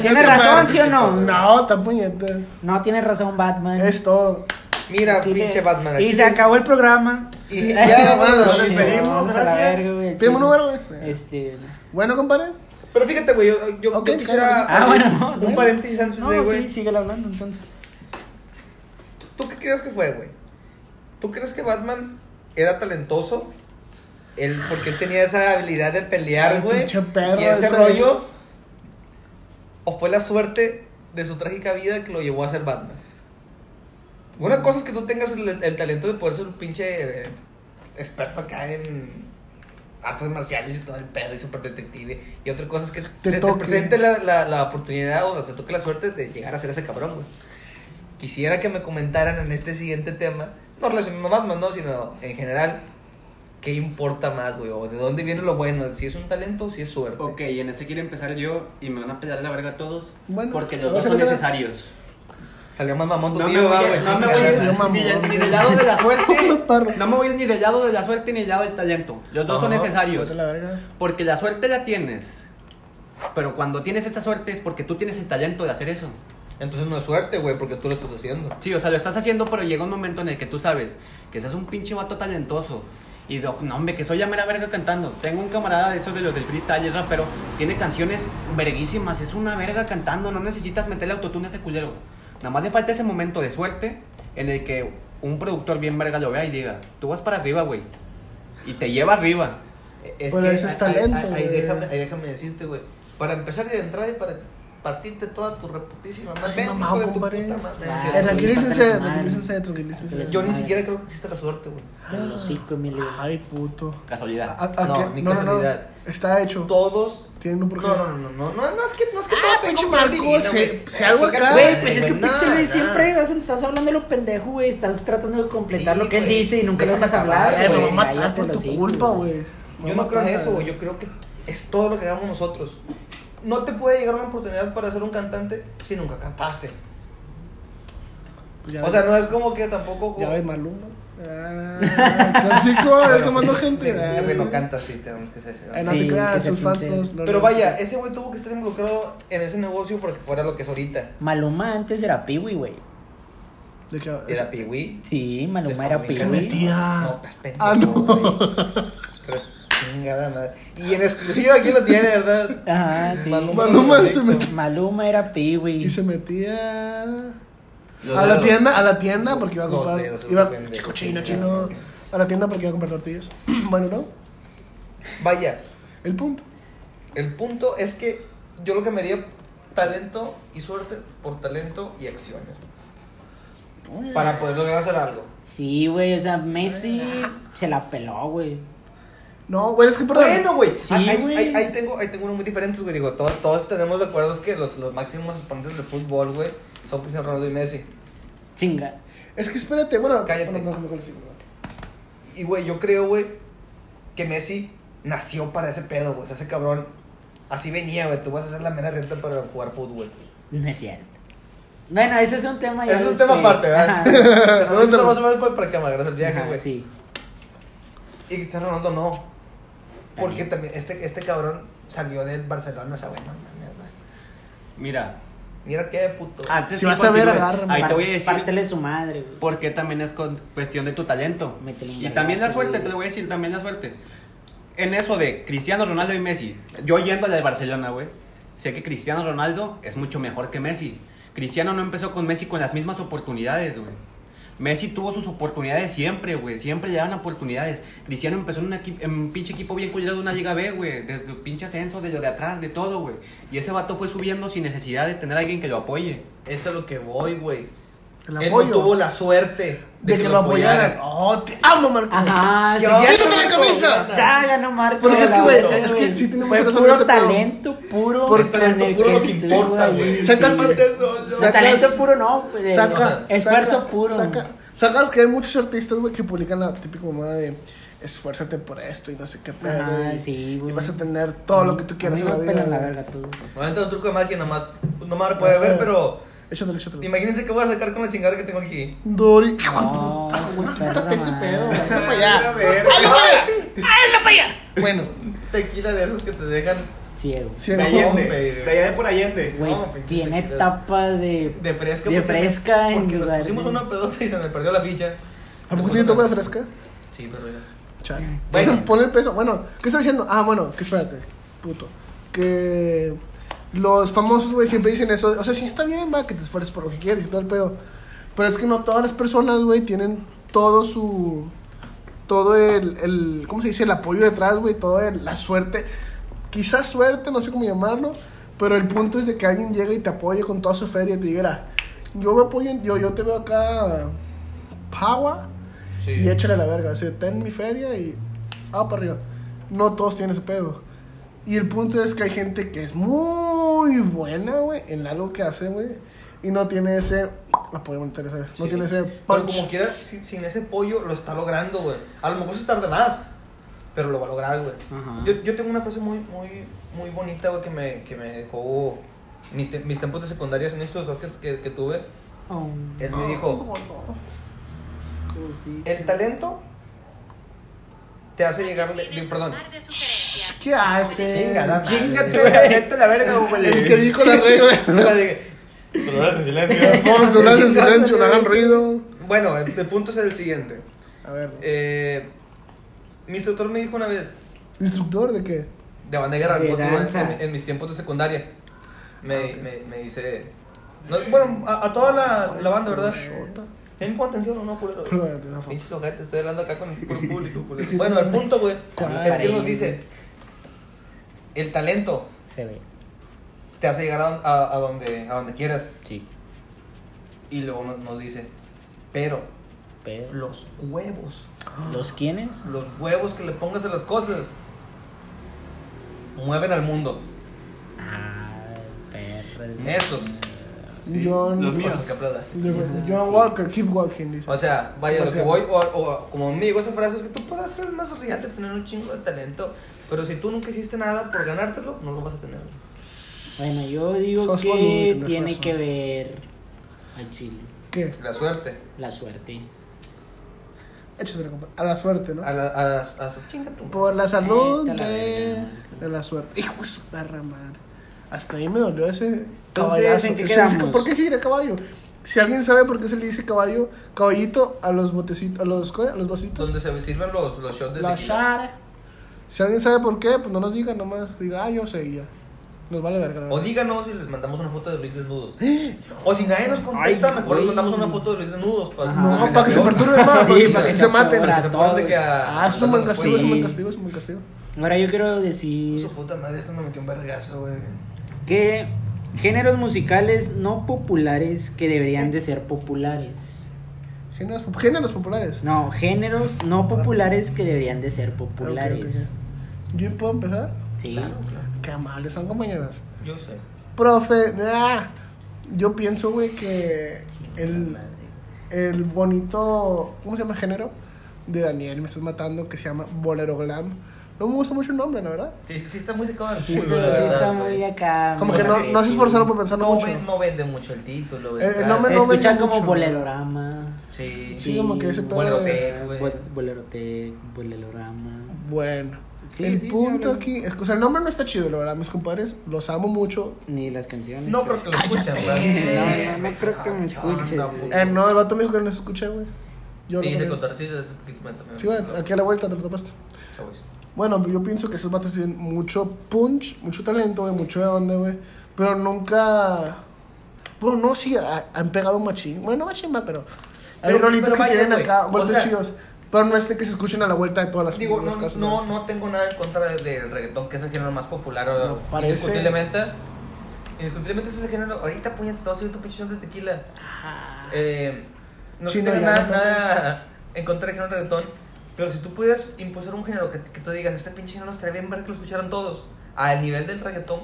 ¿Tiene creo que razón, Batman- sí o no? No, está puñetas. No tiene razón Batman. Es todo. Mira, Tiene- pinche Batman. al Y se chile. acabó el programa. Y Buenas ya, bueno, noches. nos despedimos. Vamos a la gracias. verga, güey. Tiene al un chile. número, güey. Este. Bueno, compadre. Pero fíjate, güey, yo, yo, yo Ok, quisiera. Ah, bueno. Un paréntesis antes de, No, güey. sí, síguelo hablando entonces. ¿Tú qué crees que fue, güey? ¿Tú crees que Batman era talentoso? Él, porque él tenía esa habilidad de Ay, pelear, güey. pinche perro Y ese ese. rollo. ¿O fue la suerte de su trágica vida que lo llevó a ser Batman? Una cosa es que tú tengas el, el talento de poder ser un pinche eh, experto acá en artes marciales y todo el pedo y super detective. Y otra cosa es que Te se te toque. presente la, la, la oportunidad o te toque la suerte de llegar a ser ese cabrón, güey. Quisiera que me comentaran en este siguiente tema, no relacionado a Batman, no, sino en general, ¿qué importa más, güey? O de dónde viene lo bueno, si es un talento o si es suerte. Ok, en ese quiero empezar yo y me van a pelar la verga todos Bueno, porque los vamos dos a son pelar. necesarios. Salió más mamón tu No me tío, voy va, a- güey. no me chingada. Yo voy a ir mamón, ni, del- ni güey. del lado de la suerte. Perro. No me voy a ir ni del lado de la suerte ni del lado del talento. Los dos son Ajá. necesarios. Vete a la verga. Porque la suerte la tienes. Pero cuando tienes esa suerte es porque tú tienes el talento de hacer eso. Entonces no es suerte, güey, porque tú lo estás haciendo. Sí, o sea, lo estás haciendo, pero llega un momento en el que tú sabes que seas un pinche vato talentoso. Y doc, no, hombre, que soy la mera verga cantando. Tengo un camarada de esos de los del freestyle, es rapero. Tiene canciones verguísimas, es una verga cantando. No necesitas meterle autotune a ese culero. Nada más le falta ese momento de suerte en el que un productor bien verga lo vea y diga, tú vas para arriba, güey. Y te lleva arriba. Es Pero que eso es ahí- ahí- talento, Ahí, güey. déjame, ahí déjame decirte, güey. Para empezar y de entrada y para partirte toda tu reputísima Estás madre. mamado, hijo de tu compadre. puta madre. Claro. Eh, Tranquilícense, Madre. tranquilícense, tranquilícense. Yo ni siquiera creo que existe la suerte, güey. Con los cinco mil. Ay, puto. Casualidad. A- a- No, que- ni no, no, no. casualidad. Está hecho. Todos Tienen un porqué. No, no, no, no, no, no es que no es que Ah, todo pinche tenga un plan Marco, divino, si- güey. si algo Chica, acá- Güey, pues es que Ah, nada, pinche Luis nada. siempre hacen- estás hablando de lo pendejo, güey. Estás tratando de completar Sí, lo que él güey. dice y nunca le Déjame vas a hablar. acabar, Eh, me va a güey, matar Cállate por el tu hocico, culpa, güey. Me Yo va a no creo en matar. eso, güey. Yo creo que es todo lo que hagamos nosotros. No te puede llegar una oportunidad para ser un cantante si nunca cantaste. Ya O sea, no es como que tampoco. Ya güey, ves Maluma. Ah, clásico, Ah, es que mandó gente. Sí, sí, ese güey no Ay. canta, sí, tenemos que ser sinceros. Ay, no Sí, te que creas, se sus fans sincero. no- no- Pero no- vaya, ese güey tuvo que estar involucrado en ese negocio porque fuera lo que es ahorita. Maluma antes era Piwi, güey. De que- Era Piwi. Sí, Maluma Ah, era Se Piwi. Ah, metía. No, pues pendejo. Ah, no. güey. Pero es chingada madre. Y en exclusiva aquí lo tiene, ¿verdad? Ajá, sí. Maluma, Maluma se perfecto. metió. Maluma era Y Piwi. se metía Los a la dedos. tienda, a la tienda porque iba a Los comprar, dedos, iba depende. chico chino chino a la tienda porque iba a comprar tortillas. bueno, no. Vaya, El punto. el punto es que yo lo que me haría talento y suerte por talento y acciones. Para poder lograr hacer algo. Sí, güey, o sea, Messi se la peló, güey. No, güey, es que perdón. Bueno, güey. Sí, ahí, güey. ahí- ahí tengo, ahí tengo uno muy diferente, güey. Digo, todos, todos tenemos de acuerdos que los, los máximos exponentes del fútbol, güey, son Cristiano Ronaldo y Messi. Chinga. Es que espérate, bueno, Cállate. bueno, mejor- mejor sí, mejor. Y, güey, yo creo, güey, que Messi nació para ese pedo, güey. O sea, ese cabrón. Así venía, güey. Tú vas a hacer la mera renta para jugar fútbol. No es cierto. Bueno, ese es un tema ya es un después. tema aparte, ¿verdad? Ajá. Estamos haciendo más o menos para, para que me agarres el viaje, Ajá, güey. Sí. Y Cristiano Ronaldo no. Porque También. también este, este cabrón salió del Barcelona, o sea, güey, no mames, güey. Mira, Mira qué puto. antes Si que vas a ver, continúes, agárrame. Ahí te voy a decir Pártele su madre, güey. por qué también es con- cuestión de tu talento. Métele un Y también la vergazo, suerte, güey. te voy a decir, también la suerte. En eso de Cristiano Ronaldo y Messi, yo yendo a la de Barcelona, güey, sé que Cristiano Ronaldo es mucho mejor que Messi. Cristiano no empezó con Messi con las mismas oportunidades, güey. Messi tuvo sus oportunidades siempre, güey. Siempre le daban oportunidades. Cristiano empezó en, una equi- en un pinche equipo bien cuidado de una Liga B, güey. Desde el pinche ascenso, de lo de atrás, de todo, güey. Y ese vato fue subiendo sin necesidad de tener a alguien que lo apoye. Eso es lo que voy, güey. El Él apoyo. no tuvo la suerte De que lo apoyaran. Oh, te amo, Marco. Ajá, sí. Yo- Ya, ¡Quítate la camisa! ya ganó Marco. Porque es que, la güey, otra, es que güey. sí tenemos Fue que resolver puro ese pedo. talento puro. Porque con talento el puro lo que estuvo, importa, güey. Sacas- O sea, sacas- talento puro no, pues, de- Saca, esfuerzo saca- puro. saca- sacas que hay muchos artistas, güey, que publican la típica mamada de esfuérzate por esto y no sé qué pedo. Ajá, y, sí, y güey. vas a tener todo lo que tú quieras A en mí la me vida. pelan la güey. verga todos. Ahorita un truco de magia nomás, nomás lo puede ver, pero Échatelo, échatelo. imagínense que voy a sacar con la chingada que tengo aquí. Dori. No, Ah, güey, esa quítate perra ese madre. pedo, güey. Anda para A allá. ver. ¡Hazlo para allá! ¡Hazlo para allá! Bueno, Tequila de esos que te dejan Ciego. sí, De no, Allende, hombre. de allá de por Allende. Güey, No, pinches tiene tequilas. tapa de. de fresca. De porque- fresca en porque nos lugar Pusimos de- una pedota y se me perdió la ficha. ¿A poco tiene toma de fresca? Sí, pero ya. Chale. Bueno. Bueno, pon el peso. Bueno, ¿qué está diciendo? Ah, bueno, que espérate, puto. Que los famosos, güey, siempre dicen eso. O sea, sí está bien, va, que te esfuerces por lo que quieres y todo el pedo. Pero es que no todas las personas, güey, tienen todo su. Todo el, el. ¿Cómo se dice? El apoyo detrás, güey. Todo el- la suerte. Quizás suerte, no sé cómo llamarlo. Pero el punto es de que alguien llegue y te apoye con toda su feria y te diga, "Mira, yo me apoyo, en- yo, yo te veo acá. Power. Sí. Y échale la verga, así, ten mi feria y ah, para arriba. No todos tienen ese pedo. Y el punto es que hay gente que es muy buena, güey, en algo que hace, güey, y no tiene ese apoyo monetario, ¿sabes? No Sí. tiene ese Pero punch. como quiera, sin, sin ese pollo lo está logrando, güey. A lo mejor se tarda más, pero lo va a lograr, güey. Ajá. Yo, yo tengo una frase muy, muy, muy bonita, güey, que me, que me dejó mis, te- mis tiempos de secundaria son estos dos que, que- que tuve. Oh, Eh, Él me dijo, ¿Cómo no? eh. cosita. el talento te hace llegar, le- digo, perdón. ¿Qué hace? Chinga la madre, Chingate, güey. vete a la verga, güey. El que dijo la regla. O sea, de- Vamos a hablar en silencio, no hagan ruido. Bueno, el, el punto es el siguiente. A ver, Eh, mi instructor me dijo una vez, ¿instructor de qué? de banda de guerra, De algo tuve danza. en, en mis tiempos de secundaria. Me, me, me dice. no, bueno, a, a toda la, la banda, ¿verdad? Shota. Ten poco atención o no, culero. Perdón, no, no. Pinches ojetes, estoy hablando acá con el puro público, culero. Bueno, el punto, güey, ¿Cuál? es que él nos dice: el talento Se ve, te hace llegar a, a- a donde, a donde quieras. sí. Y luego nos, nos dice: pero Pero. los huevos, ¿Los quiénes? los huevos que le pongas a las cosas, mueven al mundo. Ah, perro. Esos. Sí, John, los míos. Que aplaudaste. John Walker, keep walking, dice. O sea, vaya, lo que Demasiado. voy, o, o como me digo esa frase, es que tú podrás ser el más riate, tener un chingo de talento, pero si tú nunca hiciste nada por ganártelo, no lo vas a tener. Bueno, yo digo Sos que bonito, tenés tiene razón. que ver al Chile. ¿Qué? La suerte. La suerte. Échatela, compa- A la suerte, ¿no? A, la, a, las- a su chinga tu madre. Por la salud Vete a la de, verga. de la suerte. Hijo de su perra madre. Hasta ahí me dolió ese Entonces, caballazo. ¿en qué Ese- ese- quedamos? ¿Por qué se diría caballo? Si alguien sabe por qué se le dice caballo, caballito a los botecitos, a los, ¿qué? a los vasitos. Donde se sirven los, los shots de La tequila. chara. Si alguien sabe por qué, pues no nos diga nomás. Diga, ah, yo sé y ya. Nos vale verga. la O verdad. díganos si les mandamos una foto de Luis desnudo. O si nadie nos contesta, Ay, mejor les güey. mandamos una foto de Luis desnudos. Para, Ajá. No, para que se acuerden. perturbe más, Ah, Sí, para para que que se se maten. Para que se acuerden de que a- Ah, es un buen castigo, es un buen Sí. castigo, es un buen castigo. Ahora yo quiero Su decir puta madre, esto me metió un vergazo, güey. que géneros musicales no populares que deberían de ser populares. Géneros, géneros populares. No, géneros no populares que deberían de ser Ah, ok, ok, populares. ok. ¿Yo puedo empezar? Sí. Claro, claro. Qué amables son, compañeras. Yo sé. Profe, nah. yo pienso, güey, que el, el bonito, ¿cómo se llama el género? De Daniel, me estás matando, que se llama Bolero Glam. No me gusta mucho el nombre, la verdad. Sí, sí, sí está muy secado. Sí, la pero sí verdad, está güey. muy acá. Como o que sea, no, sí, no se esforzaron por pensarlo No, mucho. ve- no vende mucho el título, güey. El- el Ah, nombre Se no escucha vende como mucho. bolerorama. Sí. Sí, como que ese pedo Bueno, de- ve, güey. Bol- Bolerotec, bolerorama. Bueno, Sí, el sí, sí, punto hablan. aquí es que, o sea, el nombre no está chido, la verdad, mis compadres, los amo mucho. Ni las canciones. No creo que lo escuchen, Ah, No, no, no creo que me escuches, güey. Eh, no, el vato me dijo que no se escuché, güey. Yo Sí, no se creo. contar, sí, es un poquito más también. Sí, güey, aquí a la vuelta te lo topaste. Chavos. Bueno, yo pienso que esos vatos tienen mucho punch, mucho talento, güey, mucho de onda, güey. Pero nunca. Bueno, no, sí, ha- han pegado machín. Bueno, no machín va, pero. Hay Pero- rolitas pero que vaya, tienen güey, acá, o golpes sea- chidos. Pero no es de que se escuchen a la vuelta de todas las Pues Digo, las no, casas, no, güey. no tengo nada en contra del reggaetón, que es el género más popular. o- parece- Indiscutiblemente. Indiscutiblemente es el género. Ahorita, puñete, te vas a subir tu pinche shot de tequila. Eh, no Sí, tengo no, la nada, neta nada en contra del género reggaetón. Pero si tú pudieras impulsar un género que, que tú digas, este pinche género estaría bien ver que lo escucharan todos, al nivel del reggaetón,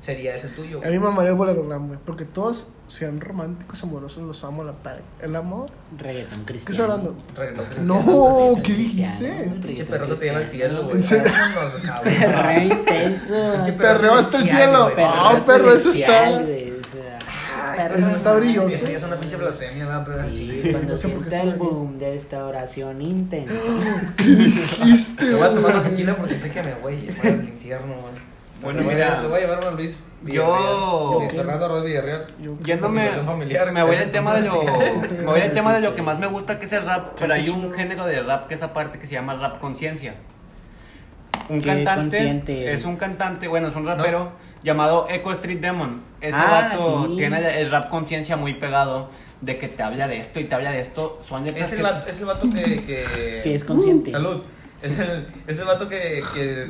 sería ese tuyo. A mí me amaría el bolero glam, güey. Porque todos sean románticos, amorosos, los amo a la par. El amor. Reggaetón ¿Qué estoy cristiano. hablando? Reggaetón No, cristiano. ¿qué Cristiano, dijiste? Pinche perro que te lleva al cielo, güey. ¿En serio? Vámonos, cabrón. Perro intenso. Pinche Perro Perreo hasta el celestial, cielo. güey, perreo Ah, perro, eso celestial, está. güey, o sea, Eso perro está celestial. brilloso. Ah, Eso ya es una pinche blasfemia, ¿verdad? Sí, Pero sí. cuando No sé por qué sienta está el aquí. boom de esta oración intensa. ¿Qué pues. dijiste, Me voy a tomar la güey? tequila porque sé que me voy a llevar al infierno, güey. Bueno, Le voy a- mira. Le voy a llevar a Luis. Yo- Luis Fernando Rodríguez Villarreal. Yo- Yéndome, Situación familiar. me voy al tema de lo, me voy al tema de lo que Sí. más me gusta que es el rap, pero hay un género de rap que es aparte que se llama rap conciencia. Un Qué cantante consciente es un eres. cantante, bueno, es un rapero llamado Echo Street Demon. Ese Ah, vato sí. tiene el- el rap conciencia muy pegado de que te habla de esto y te habla de esto. Son letras Es el, que- vato, es el vato que. que... Que es consciente. Salud. Es el, es el vato que, que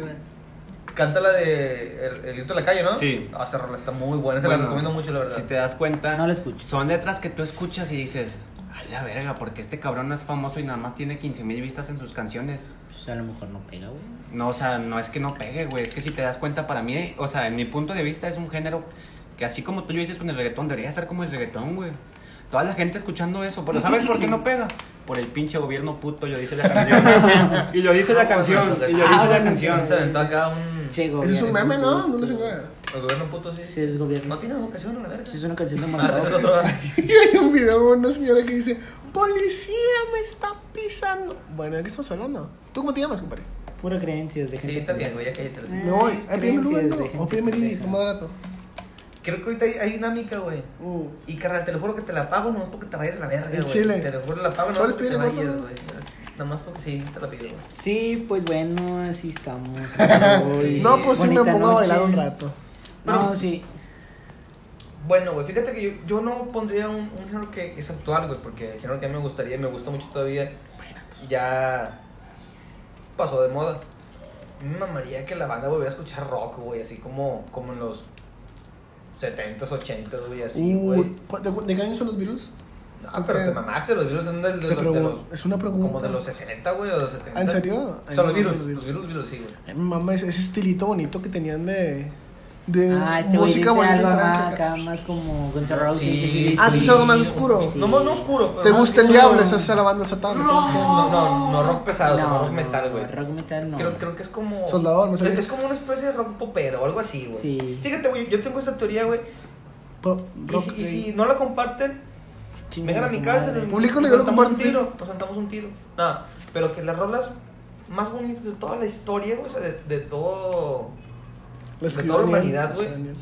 canta la de El, el grito de la calle, ¿no? Sí. Ah, esa rola está muy buena. Se la Bueno, recomiendo mucho, la verdad. Si te das cuenta, No la escucho. son letras que tú escuchas y dices, ay la verga, porque este cabrón no es famoso y nada más tiene 15 mil vistas en sus canciones. Pues a lo mejor no pega, güey. No, o sea, no es que no pegue, güey. Es que si te das cuenta, para mí, o sea, en mi punto de vista es un género que así como tú lo dices con el reggaetón, debería estar como el reggaetón, güey. Toda la gente escuchando eso, pero ¿sabes por qué no pega? Por el pinche gobierno puto, yo dice la canción. y lo dice la canción, y lo Ah, dice la canción. Se aventó acá un. Che, Eso es un gobierno. meme, ¿no? No lo sé, güey. El gobierno puto, sí. Sí, es No gobierno. tiene vocación, a la verga. Sí, es una canción de Ah, ese es mandado. otro. Y hay un video de una señora que dice, policía, me están pisando. Bueno, ¿de qué estamos hablando? ¿Tú cómo te llamas, compadre? Pura creencias de gente. Sí, también, güey, ya cállate. la- Eh. Me voy. Ay, Ay, pídeme el Uber, creencias de ¿no? O gente pídeme Didi, pendeja. como barato. Creo que ahorita hay, hay dinámica, güey. Uh. Y carnal, te lo juro que te la pago nomás porque te vayas a la verga, El güey. chile. Te lo juro, la pago nomás ¿Sabes porque te pedir el vayas, gordo? güey. Nada más porque sí, te la pido, güey. Sí, pues bueno, así estamos. Hoy. No, pues sí me Bonita pongo a bailar noche. un rato. No, sí. Bueno, güey, fíjate que yo, yo no pondría un, un género que es actual, güey, porque el género que a mí me gustaría, y me gusta mucho todavía, ya pasó de moda. Me mamaría que la banda volviera a escuchar rock, güey, así como, como en los 70s, 80s, güey, así, güey. Uh, ¿cu- ¿De cu- de qué año son los virus? ah, pero ok. te mamaste, los virus son del, de Te los- de los- pregunto. Es una pregunta. como de los 60, güey, o de los 70. Ah, ¿En serio? O sea, los Ay, virus, no, los virus, virus, sí, güey. Ay, Eh, Mamá, ese ese estilito bonito que tenían de... De Ah, este güey dice música bonita y algo tranca. acá, acá más como Guns N' Roses. Sí, sí, sí, Ah, sí. tú es algo más oscuro. Sí. No, no oscuro, pero. ¿Te más- gusta el no. diablo? Estás alabando el satán. estás diciendo. No, no, no rock pesado, sino rock no, metal, güey. Rock metal no. Creo, creo que es como. Soldador, ¿no es, sabías? es como una especie de rock popero o algo así, güey. Sí. Fíjate, güey, yo tengo esta teoría, güey. Pop, Y, rock, si, y gay. si no la comparten, Chinga vengan a mi su casa. madre. nos- Publícala y nos yo la aventamos un comparto. tiro. Nos sentamos un tiro. Nada, pero que las rolas más bonitas de toda la historia, güey, o sea, de, de todo. La de toda la escribió humanidad, Daniel, güey. Daniel.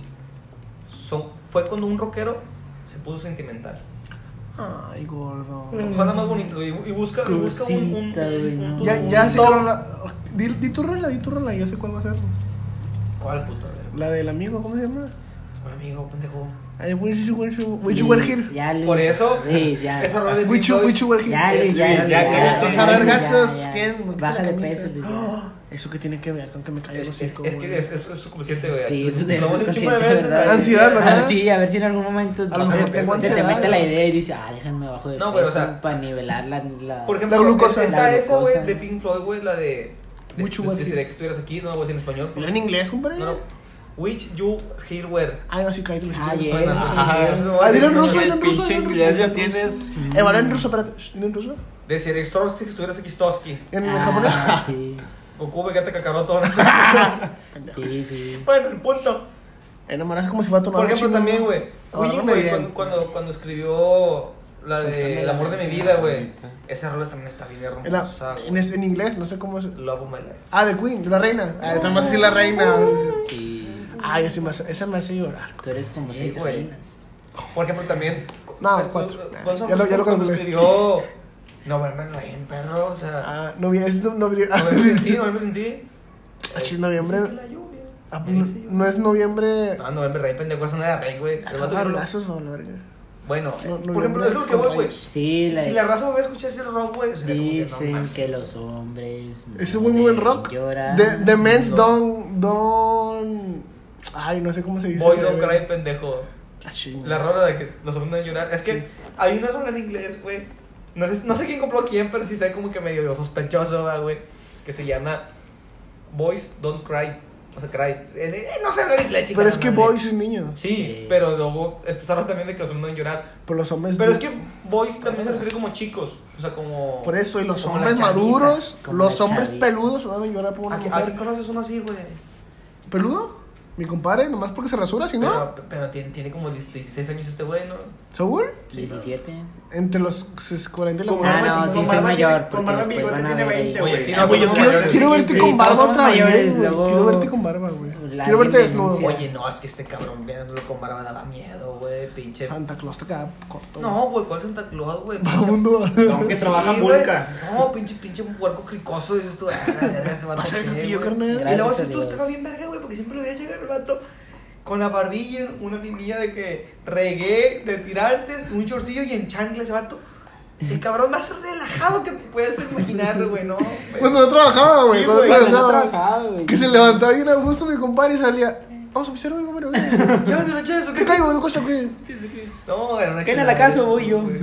Son, fue cuando un rockero se puso sentimental. Ay, gordo. Son las más bonitas, güey. Y busca, y busca un. un, Cosita, güey, un- no. Ya, un- ya un sé top. cuál rola. Di, di tu rola, di tu rola, yo sé cuál va a ser. ¿Cuál puto? A ver, La del amigo, ¿cómo se llama? Bueno, amigo, pendejo. I wish you, wish you, wish you were here. Ya, Luis. Por eso, Sí, ya. esa rola de Wish you, wish you were here. Ya, Luis, ya, Ya, Luis, ya, ya. cállate. Los alargazos tienen. Baja de la camisa. peso, Luis. ya. Ah, Eso que tiene que ver con que me cayó Es, los es, hocico, es güey. que es, es, es subconsciente, güey. Sí, es un- Lo es hemos dicho un un chingo de consciente, veces. ¿verdad? ¿sabes? Ansiedad, Sí, ¿verdad? Ah, sí, a ver si en algún momento A lo mejor se- tengo se te ansiedad, mete la güey. idea y dices, ah, déjame abajo de No, güey, o peso sea, para nivelar la, la... Por ejemplo, La glucosa. está La esa, güey, glucosa. de Pink Floyd, güey, la de. de- Mucho de- de- guapo. Sería que estuvieras aquí, no, güey, en español. ¿Era en inglés, compadre? No, no. Which you here were. Ay, no, sí, cállate los Ah, chicos. yes. Ajá. yes. Ah, dilo en ruso, El dilo en ruso. pinche dilo en ruso, inglés dilo en ya ruso. tienes- Eh, bueno, en ruso, espérate. shh, Dilo en ruso. De si eres Sorstik, si estuvieras Kistoski. En Ah, japonés. Sí, Goku, vegate Kakaroto. sí, sí. bueno, el punto. Enamorarse como si fuera tu novia. Por ejemplo, chino. también, güey. Agárrame Queen, güey, bien. cuando, cuando, cuando escribió la de Suéltame El la amor de mi mano, vida, güey. Esa rola también está bien En, la- hermosa, en, güey. es- en inglés, no sé cómo es. Love of my life. Ah, de Queen, de la reina. Ah, nada más así la reina. Ah. Sí. Ay, esa me hace, esa me hace llorar. Tú eres como Sí, seis güey. reinas. Por ejemplo, también. No, cu- cuatro. cu- Nah, Gonzalo ya lo- ya lo cuando calculé. escribió. No, bueno, no, en perro, o sea. Ah, novie- es no- novie- No me sentí, no me sentí. Ah, chis, Eh, noviembre. dicen que la lluvia. Ah, Me no, dice lluvia. no es noviembre. Ah, No, noviembre, rey, pendejo, eso no era rey, güey. El vato que- Abrazos, va, la verga. Bueno, eh, No, por ejemplo, noviembre eso es lo que voy, con güey. rayos. Sí, si, la si la raza me va a escuchar ese rock, güey, sería como que no Dicen mames. que los hombres. no Ese es muy muy buen deben rock. llorar. The, the Men's No. Don. Don. Ay, no sé cómo se dice. Boys don't cry, pendejo. Ah, chinga. La rola de que los hombres no llorar. Es que hay una rola en inglés, güey. No sé, no sé quién compró quién, pero sí está como que medio sospechoso, ah, güey. Que se llama Boys Don't Cry. O sea, cry. Eh, eh, no sé hablar inglés, chicos. Pero es que Boys es niño. Sí, Sí. pero luego está esa rola también de que los hombres no deben llorar. Pero los hombres. Pero de- es que Boys también se refiere como chicos. O sea, como. Por eso, y los como la hombres chaviza. maduros, como los la hombres chaviza. peludos van a llorar por una ¿A qué- a qué mujer. conoces uno así, güey? ¿Peludo? Mi compadre, nomás porque se rasura, si no. Pero, pero tiene, tiene como 16 años este güey, ¿no? ¿Seguro? 17. Entre los 40 y la Como Ah, Barba 40. no, tiene- sí, con soy Barba mayor. tiene- con Barba porque Bigote después van a tiene ver ahí- 20, güey. Oye, sí, Ah, güey, no, pues, yo son quiero- mayores. quiero verte Sí, con con todos barba son otra vez, mayores, güey. luego- Quiero verte con barba, güey. La Quiero verte denuncia. desnudo. Oye, no, es que este cabrón viéndolo con barba daba miedo, güey, pinche. Santa Claus te queda corto. No, güey, ¿cuál Santa Claus, güey? Pinche- Vagabundo. No, que trabaja Sí, güey. Vulca. No, pinche, pinche puerco cricoso, dices tú. "Ah, la verga, este vato Pasa el qué, tatillo, güey". carnal. Y luego Gracias si a tú Dios. estaba bien verga, güey, porque siempre lo veía llegar el vato con la barbilla, una niña de que regué, de tirantes, un chorcillo y en chancla ese vato. El cabrón más relajado que puedes imaginar, güey, ¿no? güey. Cuando no trabajaba, güey. Sí, cuando güey, no Cuando no trabajaba. trabajaba, güey. Que se levantaba bien a gusto mi compadre y salía. Vamos a pisar, güey, compadre. güey". Ya, se me echó eso, ¿Qué ¿qué? caigo? ¿No cosa qué? No, era una Ven a la chulada, casa, voy yo. güey.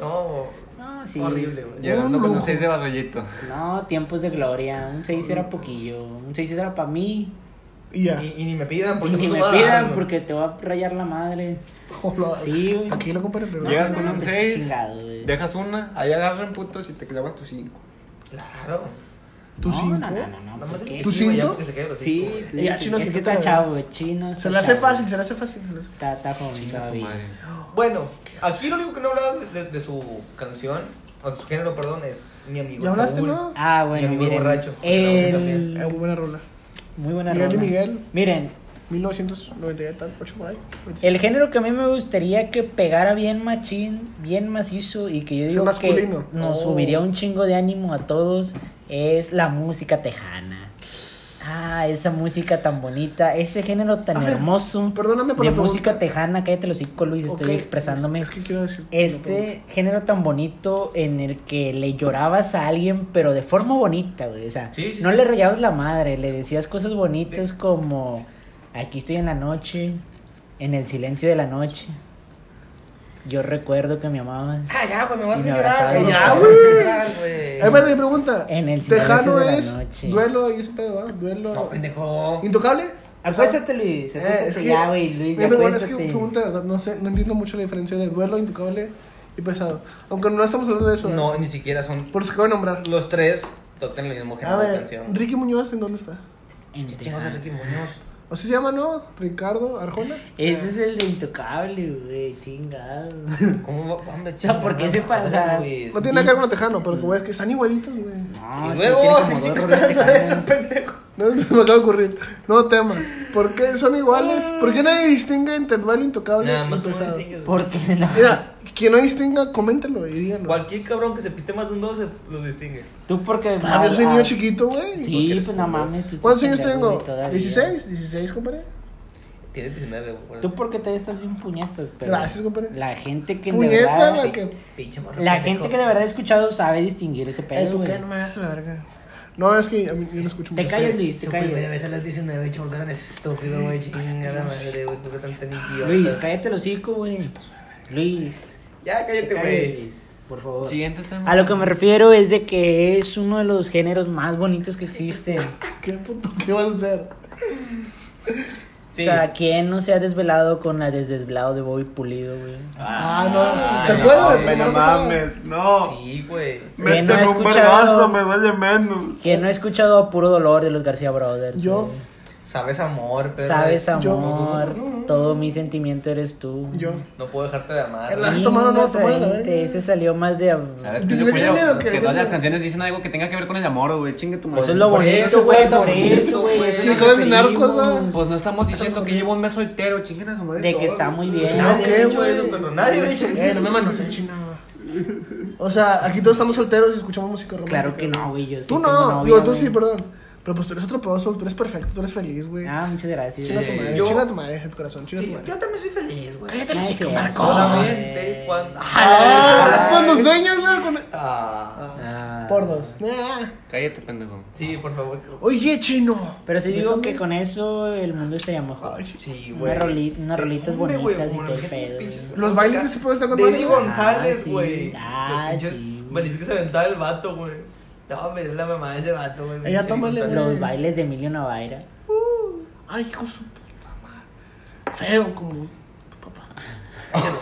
No, No, sí. horrible, güey. Llorando con lujo. un 6 pues, de barrillito. No, tiempos de gloria. Un 6 era poquillo. Un 6 era para mí. Y ya. Y, y ni me pidan Y porque ni no me te va a dar, pidan güey. porque te va a rayar la madre. Hola. Sí, güey. Tranquilo, compadre. pero- Llegas con un no, pues, 6, chingado, güey. dejas una, ahí agarran putos y te clavas tu 5. Claro. ¿Tú no, cinco? No, no, no, no. Nada más ¿por qué? que ¿Tú sí, güey, ya cinco? porque se queda el hocico, Sí, güey. sí, Ya, sí, chino, es sí, que te la- está chavo, chino. Se está le hace chavo. fácil, se le hace fácil. se le hace- Está, está joven todavía. Bueno, aquí lo único que no hablaba de, de- de su canción, o de su género, perdón, es mi amigo. ¿Ya hablaste, Saúl. no? Ah, bueno, Mi amigo miren. borracho, que la El... usa Es muy buena rola. Muy buena Miguel y rola. Miguel. Miren, 1998 por ahí. el género que a mí me gustaría que pegara bien machín, bien macizo y que yo Es digo que masculino. nos Oh. subiría un chingo de ánimo a todos es la música tejana. Ah, esa música tan bonita, ese género tan A ver, hermoso perdóname por de la pregunta. música tejana, cállate los cinco Luis, estoy Ok, expresándome. Es que quiero decir. Este género tan bonito en el que le llorabas a alguien, pero de forma bonita, güey. O sea, Sí, sí, no sí. le rayabas la madre, le decías cosas bonitas como: Aquí estoy en la noche, en el silencio de la noche. Yo recuerdo que me amabas. Ah, ya, güey, me vas Y a me llorar. abrazaba. güey, Ya, me güey. vas a llorar, güey. Es verdad, mi pregunta. eh, En el silencio Tejano de la es noche. duelo y ese pedo, ¿va? Duelo. No, pendejo. ¿Intocable? Acuéstate, Luis. Eh, Acuéstate es que- ya, güey, Luis. Eh, Ya pero bueno, es que acuéstate. pregunta, de verdad, no sé, no entiendo mucho la diferencia de duelo, intocable y pesado. Aunque no estamos hablando de eso. ¿eh? No, ni siquiera son. Por eso acabo de nombrar. Los tres tocan el mismo A género de ver, canción. Ricky Muñoz, ¿en dónde está? En ¿Qué chingados Tejana. de Ricky Muñoz? ¿Así se llama, no? Ricardo Arjona. Ese es el de intocable, güey. Chingado. ¿Cómo va? Hombre, sea, ¿por qué se chingada pasa? madre, güey. No tiene nada que ver con lo tejano, pero como es que están igualitos, güey. No, Y sí, luego, tiene como dos el chico está rolas hablando de eso, tejanas. pendejo. No no se me acaba de ocurrir. No tema. ¿Por qué son iguales? ¿Por qué nadie distingue entre duelo intocable Nada y más tú no pesado? distingues, güey. Porque no. Mira, quien no distinga, coméntalo y díganlo. Cualquier cabrón que se piste más de un 12 los distingue. Tú porque. Ah, yo soy ah, niño chiquito, güey. porque Sí, eres pues no culero. mames. tú ¿Cuántos años estás pendejo, tengo? güey, todavía. ¿16? ¿16, compadre? Tiene 19, güey. Tú porque todavía estás bien puñetas, pero. Gracias, compadre. La gente que de Puñeta, verdad. la que. Pinche morro. La pendejo. gente que de verdad ha escuchado sabe distinguir ese Eh, pedo. tú güey. qué, no me hagas la verga. No, es que a mí yo no escucho Te mucho. callas, Luis, te Su primera callas. vez a las 19, chingón, tan estúpido, güey, chingada madre, güey, ¿por qué tan tan idiota? Luis, cállate el hocico, güey. pues. Luis, Ya, te cállate, calles, güey. Luis, por favor. Siguiente tema. A lo que me refiero es de que es uno de los géneros más bonitos que existen. ¿Qué puto? ¿Qué vas a hacer? O sea, ¿quién no se ha desvelado con la desvelado de Bobby Pulido, güey? Ah, no. ¿Te Ay, acuerdas? no, de la no semana pasada? mames, no. Sí, güey. Que no Méteme he un escuchado. vergazo, me duele menos. ¿Quién no ha escuchado a Puro Dolor de los García Brothers? Yo. güey? Sabes amor, pero. Sabes amor, Yo- todo mi sentimiento eres tú. Yo. No puedo dejarte de amar. El- Ah, tomaron, no, Una tomaron, la frente, verga. Ese salió más de... ¿Sabes qué? Dile, Yo creo dile lo que que, le todas las digas. canciones dicen algo que tenga que ver con el amor, güey. Chingue tu madre. Eso Pues es lo Por bonito, eso, güey, cuenta, por eso, por güey. eso. es lo Ni cada que narcos, pedimos. va. Pues no estamos diciendo que llevo un mes soltero, chinguen a su madre. De que todos, está güey. muy bien. No, Nadie ¿qué, ha dicho güey? eso, pero nadie ha dicho eso. Eh, no me manosees, china. O sea, aquí todos estamos solteros y escuchamos música romántica. Claro que no, güey. Yo sí Tú tengo no, novia, digo, tú güey. sí, perdón. Pero pues tú eres atropedoso, tú eres perfecto, tú eres feliz, güey. Ah, muchas gracias. Chinga tu madre, yo- chinga tu madre, el corazón, chinga tu Sí, madre. yo también soy feliz, güey. Ay, sí, Marco. Solamente cuando. Ah, cuando sueñas, güey, con... Ah. Ah. Por dos. Ah. Cállate, pendejo. Sí, por favor. Oye, chino. Pero sí digo Bésame. que con eso el mundo estaría mejor. Ay, Sí, Una güey. roli- unas rolitas Hombre, güey, bonitas y como todo la el gente, pedo. pinches- Los bailes que se puede estar con Dani Mónica. Ah, González, sí. güey. Ah, Los pinches sí. balices que se aventaba el vato, güey. No, me dio la mamá de ese vato, güey. Ella tómale, güey. Los bailes de Emilio Navaira. Ay, hijo de su puta madre. Feo como tu papá.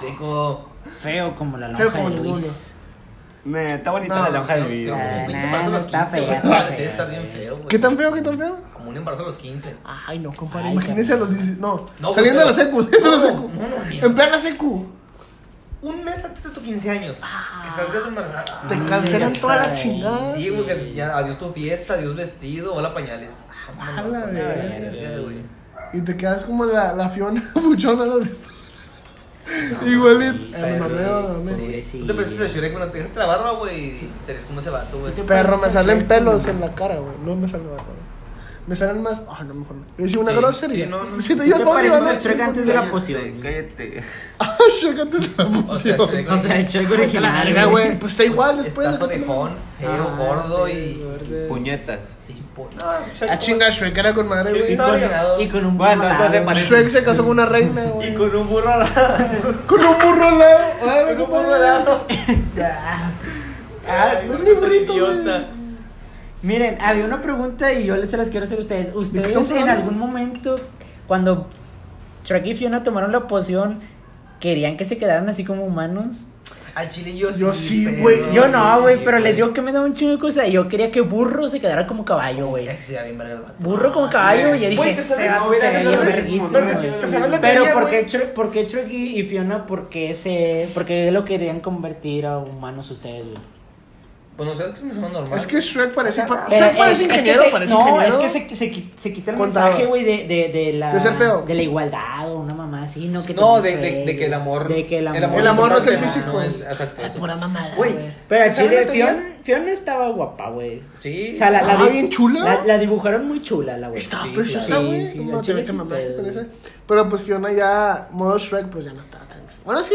Chico. Feo como la lonja Feo como de ninguno. Luis. Me, está bonita No, la hoja de No, vida. como Ah, un pinche nah, embarazo a no los está 15, güey. fea, está Sí, fea, está güey. bien feo, güey. ¿Qué tan feo, qué tan feo? Como un embarazo a los 15. Ay, no, compadre. Ay, Imagínense a los cabrón. 10. No, No, saliendo de la güey, secu, saliendo de la No, secu. no, no, mira. En plena secu. Un mes antes de tus 15 años. Ah. Que salgas embarazada. Te cancelan ya toda la sabes. chingada. Ah, Sí, güey, que ya adiós tu fiesta, adiós vestido, hola pañales. A la verga, güey. Y te quedas como la, la Fiona buchona. ¿no? Igualito. sí, Eh, me mamé, pero- me mamé. sí. Tú te pareces a Shurek cuando te dejaste la barba, güey. y Te ves como ese vato, güey. Sí, te- Perro, me Parece salen que- pelos en la cara, güey. No me sale barba. güey. Me salen más. Ah, no, mejor no. Yo hice una Sí, grosería. sí, no, no. Si te ¿Tú digo, te Bonnie, pareces vas a al Shrek antes de la poción? Cállate. Ah, Shrek antes de la O sea, fusión. Shrek- O sea, el Shrek original. La verga, güey. Pues está igual después. Estás orejón, feo, Ah, gordo sí, y. gordo. Puñetas. y po- No, Shrek- A ah, chinga Shrek era con madre, Sí, güey. Y Estaba con- ordenado. Y con un Bueno, burro entonces alado. parece- Shrek se casó con una reina, pues, güey. Y con un burro al lado. Con un burro al lado. Ah, Con mi un burro compadre. al lado. Ah, Ay, no es güey, mi burrito, idiota. güey. Miren, había una pregunta y yo les- se las quiero hacer a ustedes. estamos ¿Ustedes en hablando? algún momento, cuando Shrek y Fiona tomaron la poción, querían que se quedaran así como humanos? Al chile yo sí. Yo sí, pero- güey. Yo no, güey, sí, pero les digo que me daba un chingo de cosas. Yo quería que burro se quedara como caballo, güey. Es que se veía bien verga el vato. Ah, Burro como caballo, y yo Güey, dije, te se sabes- va no, a hubiera ser sido lo mismo, verguísimo, porque güey. te sabes la Pero teoría, ¿por güey. qué, Shrek- por qué Shrek y, y Fiona, por qué, se, por qué lo querían convertir a humanos ustedes, güey? Pues no sé, es que se me suena normal. Es que Shrek parece. Ajá. pa- Pero Shrek Ah, parece es- es que ingeniero, se- parece no, ingeniero. es que se, se, qui- se quita el Contaba. mensaje, güey, de, de, de la... De ser feo. De la igualdad o una mamá así, ¿no? Que No, de, te- de, de que el amor. De que el amor... El amor no es el no, físico. no es- exacto, Ay, eso. Pura mamada, Güey. güey. Pero al ¿Se sabe chile, la teoría? Fiona, Fiona estaba guapa, güey. Sí. O sea, la, la, Estaba di- Ah, bien chula. La, la dibujaron muy chula, la güey. Estaba Sí, preciosa, claro. güey. Pues Sí, sí, No, al te, chile te sí, mamaste pero- con esa. Pero pues Fiona ya, modo Shrek, pues ya no estaba tan. Bueno, sí.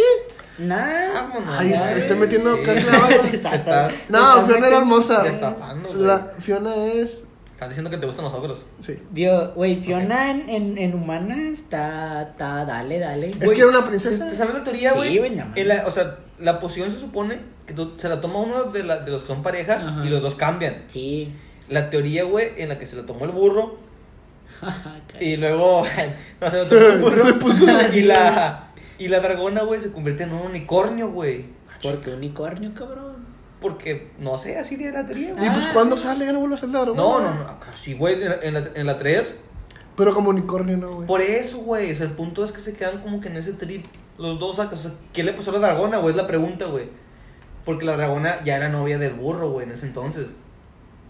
Nah. Vámonos, Ahí ya, está, estoy güey. metiendo Sí. acá clavado. Está- está- Estás, No, Fiona era hermosa. Destapando, güey. La Fiona es. estás diciendo que te gustan los ogros. Sí. Vio, güey, Fiona en- en, en humana está, está, dale, dale. Es Güey, que era una ¿Te princesa. te sabes la teoría, Sí, güey? güey, no mames. En la- o sea, la poción se supone que tú- se la toma uno de, la- de los que son pareja Ajá. y los dos cambian. Sí. La teoría, güey, en la que se la tomó el burro Ok. y luego. no, se la tomó el Se burro. le puso- y, la, y la dragona, güey, se convierte en un unicornio, güey. Porque unicornio, cabrón. Porque, no sé, así de la teoría, Ah, güey. Y pues, ¿cuándo sale? Ya no vuelve a salir la dragona. No, no, no. acá Sí, güey, en la- en la, en la 3. Pero como unicornio, no, güey. Por eso, güey. O sea, el punto es que se quedan como que en ese trip. Los dos sacas. O sea, ¿qué le pasó a la dragona, güey? Es la pregunta, güey. Porque la dragona ya era novia del burro, güey, en ese entonces.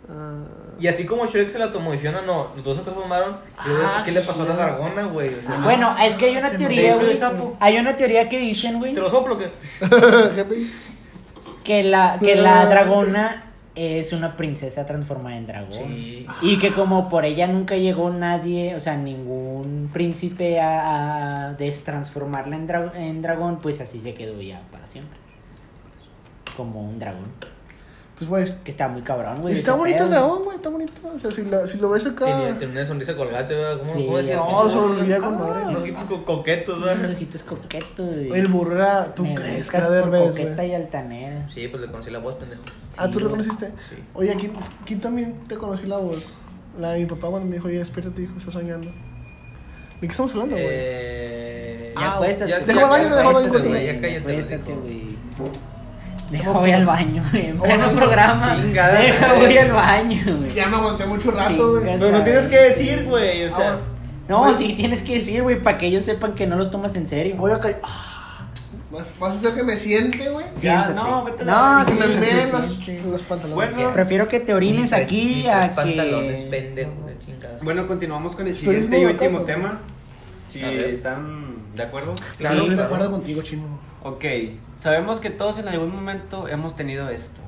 Ah. Y así como Shrek se la tomó y Fiona no, los dos se transformaron. y luego, Ah, ¿Qué sí, le pasó a la sí. dragona, güey? O sea, sí. Ah, Bueno, es que hay una Te teoría, mandé güey. el sapo. Hay una teoría que dicen, güey, ¿Te lo soplo o qué? Ah, Jefe. que la, que Ah. la dragona es una princesa transformada en dragón. Sí. Y que como por ella nunca llegó nadie, o sea, ningún príncipe a, a destransformarla en, dra- en dragón, pues así se quedó ya para siempre. Como un dragón. Pues, güey. Que está muy cabrón, güey. Está ese bonito pedo. el dragón, güey. Está bonito. O sea, si, la- si lo ves acá. Tenía, tenía una sonrisa colgate, ¿verdad? ¿Cómo, Sí. cómo decía? No, sonría con madre. Unos ojitos co- coquetos, Los ¿verdad? ojitos coquetos, güey. El burro era, ¿tú Me crees que buscas era por Derbez, coqueta güey? y altanera. Sí, pues le conocí la voz, pendejo. Ah, ¿tú Sí, lo conociste? Sí. Oye, aquí, aquí también te conocí la voz. La de mi papá cuando me dijo, oye, despiértate, hijo, estás soñando. ¿De qué estamos hablando, güey? Eh, Ya ah, acuéstate. ya- Deja ya- el baño, ya deja el baño acuéstate, contigo. güey, Ya cállate. Acuéstate, güey. güey. Deja, voy al baño, güey. En pleno bueno, programa. Oh, chingada Deja, madre. voy al baño, Es que güey. Ya me aguanté mucho rato, güey. Chingas. Pero no tienes que decir, güey. O sea, No, sí, tienes que decir, güey, para que ellos sepan que no los tomas en serio. Voy a caer. Ah, Vas vas a hacer que me siente, güey. Ya, Siéntate. no, vete a No, la- Y se sí, me sí, ven sí, los, sí. los pantalones. Bueno. Prefiero que te Ni orines tres- aquí ni tres a pantalones, que... pendejo de chingadas. Bueno, continuamos con el Estoy siguiente y desnudo, último ¿acaso? tema. Si A ver. están de acuerdo. Claro, estoy de claro. acuerdo contigo, chino. Ok, sabemos que todos en algún momento hemos tenido esto.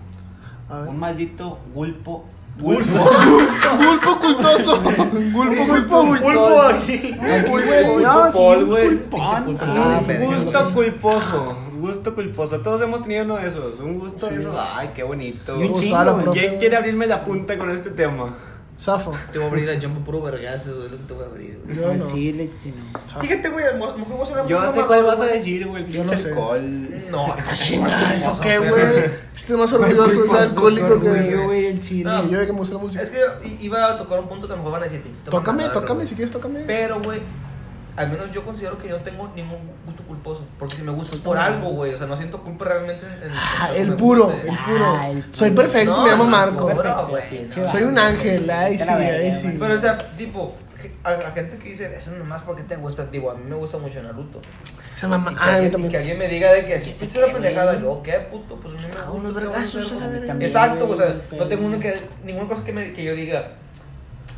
A ver. Un maldito gulpo. Gulpo. Gulpo cultoso. Gulpo culposo. pulpo aquí. Aquí, Pulpo, güey. No, sí, pulpol, un güey. pulpón, Pinche sí. Ah, pulpón. pero- Gusto culposo. Gusto culposo. Todos hemos tenido uno de esos. Un gusto Sí. de esos. Ay, qué bonito. Y un Gustavo, chingo, la güey. profe, ¿Quién güey. quiere abrirme la punta con este tema? Zafo. Te voy a abrir a Jumbo puro vergazo, güey. Es lo que te voy a abrir, güey. Yo Al no. Chile, chino. Fíjate, güey, a lo mejor vamos a una Yo sé cuál vas a decir, güey. Yo no Pinche sé. alcohol. No, Ah, China, ¿eso qué, güey? Este más orgulloso, es Con su alcohólico orgullo, que. güey, el chile. No. Y yo de que me gusta la música. Es que i- iba a tocar un punto que a lo mejor van a decir, pinche, toma Tócame, madre, tócame, güey. si quieres, tócame. Pero, güey, al menos yo considero que yo no tengo ningún gusto culposo. Porque si me gusta es por algo, güey. O sea, no siento culpa realmente en. en- Ah, en lo que el me puro, guste. el Ah, el puro. puro. Soy perfecto, No, me llamo no, Marco. no, no. Perfecto, güey. pinche Soy un vato, ángel, güey. ay, Te sí, la verga, ay, sí. güey. Pero, o sea, tipo, a, a gente que dice, eso nomás porque te gusta, digo, a mí me gusta mucho Naruto. Esa mamá. Y que, Ah, a mí alguien, y que también. alguien me diga de que así, Sí, pinche sí, una güey. pendejada, yo, ¿qué puto? Pues a mí me gusta. Ah, unos ¿qué voy a vergazos hacer, a la güey? verga. Exacto, o sea, También, no tengo güey. uno que, ninguna cosa que, me, que yo diga,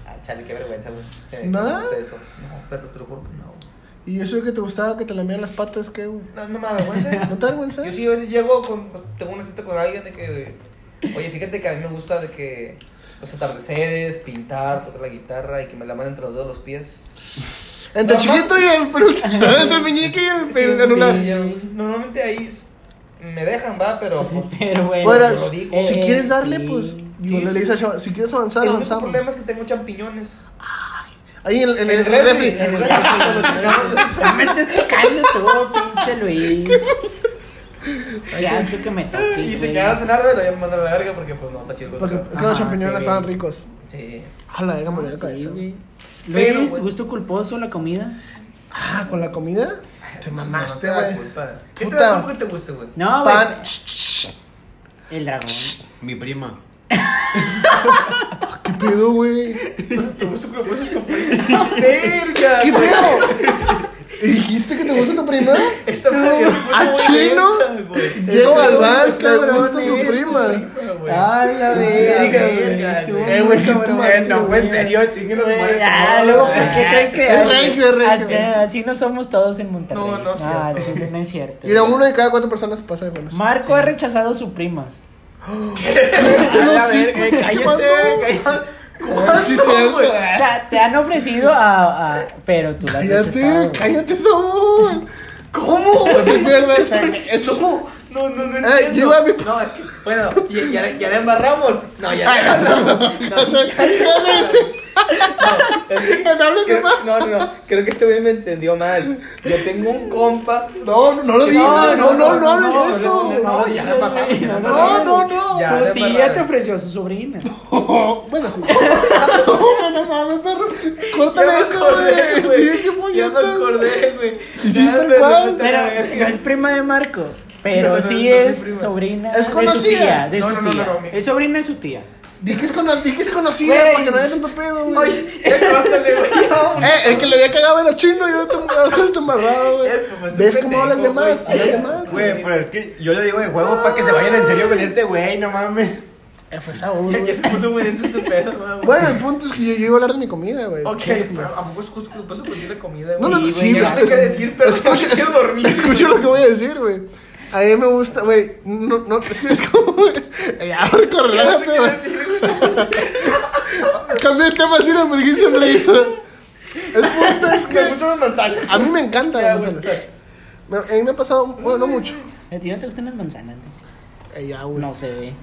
ah, chale, qué vergüenza, güey. que me ¿Nada? guste esto". No, pero te lo juro que no. güey. Y eso que te gustaba que te lamían las patas, ¿qué, güey? No, no me da vergüenza. ¿No te da vergüenza? Yo sí a veces llego, con, tengo una cita con alguien de que, oye, fíjate que a mí me gusta de que los atardeceres, pintar, tocar la guitarra y que me la mano entre los dedos de los pies. Entre el Normal- chiquito y el peluche. Entre el meñique y el, Sí, el anular. y el- normalmente ahí s- me dejan, va, pero pues, Pero, bueno. Bueno, yo lo digo. si Eh, quieres darle, sí. pues. Yo Sí, le sí. dices al chaval, si quieres avanzar, el único avanzamos. problema es que tengo champiñones. Ahí en, en el, refri, refri. el refri, cuando llegamos- No me estés tocando tú, este pinche Luis. Qué asco que me toques, Y se güey. quedaron a cenar, pero ya me mandaron a la verga porque pues no, está chido. Porque pero- es que los Ajá, champiñones sí. estaban ricos. Sí. Ah, la verga, me Ah, volvió la sí, cabeza. güey. Pero, Luis, güey. gusto culposo la comida. Ah, con la comida. Te mamaste, No, no te da güey. culpa. ¿Qué te Puta. da culpa que te guste, güey? No, güey. Pan. Shh, shh, shh. El dragón. Mi prima. ¿Qué pedo, güey? Te gusta que lo pones tu ¡Verga! ¿Qué pedo? ¿Dijiste que te gusta tu prima? Esa madre se puso ¿A muy chino? densa, güey. Llego al bar, Qué le gusta cabrón su eres, prima. Güey. la verga, güey. Eh, güey, qué Bueno, fue en serio, chinguen los madres. Ah, No, luego, güey. ¿por qué creen que Es así- regio, es regio. así- Así no somos todos en Monterrey. No, no es Ah, cierto. chile, no es cierto. Mira, uno de cada cuatro personas pasa de buenas. Marco ha rechazado a su prima. ¡Cállate A los la verga, hocicos, ¿qué cállate, pasó? cállate. Sí, cierto. O sea, te han ofrecido a. a- pero tú la has rechazado. Cállate, cállate, Saúl. ¿Cómo? No te pierdas. Esto- ¿Cómo? No, no, no. Ay, entiendo. yo a mi- No, es que. Bueno, ya, ya, ya la embarramos. No, ya la embarramos. O sea, ¿Qué vas a decir? No hables de Creo- más. No, no, no. Creo que este güey me entendió mal. Yo tengo un compa. No, no, no lo digas. No, no, no hables de eso. no, no, ya la embarramos. ya la no, No, embarramos. no, no. Ya. Tu de tía verdad. te ofreció a su sobrina. Bueno, sí. No, no mames, perro. Córtale eso, güey. Sí, qué Ya me puñetas. acordé, güey. Hiciste el cual. Pero no es prima de Marco. no, Pero no, sí, no, no es mi es prima. sobrina Es de su conocida. tía. De No, su no, no, tía. no, no, mi- Es sobrina de su tía. Di que es cono- di que es conocida Güey. para que no haya tanto pedo, güey. Oye, ya córtale, güey. no, Eh, el que le había cagado era chino y ahora te- ahora estás embarrado, güey. Esto, pues, ¿Ves tú cómo hablas de pendejo, más? güey. Hablas de más, Güey, pero es que yo le digo de huevo para que se vayan en serio con este güey, no mames. Eh, pues, Saúl, Ya, ya güey. se puso muy dentro este pedo, güey. Bueno, el punto es que yo, yo iba a hablar de mi comida, güey. Ok, Chingas, pero madre. ¿a poco es justo que puso contigo la comida, No, no, no, güey? sí, ya güey. no sé qué decir, pero escucha, quiero dormir. escucha lo que voy a decir, güey. A mí me gusta, güey. No, no, es que es como. Ya, Marco, No sé relájate, qué güey. decir, Cambié de tema así, no, porque siempre hizo. El punto es Me que. gustan los manzanos. A mí me encanta Ya, las güey, manzanas. Me- A mí me ha pasado, bueno, no mucho. ¿A ti no te gustan las manzanas? Eh, ya, güey. eh, No se ve.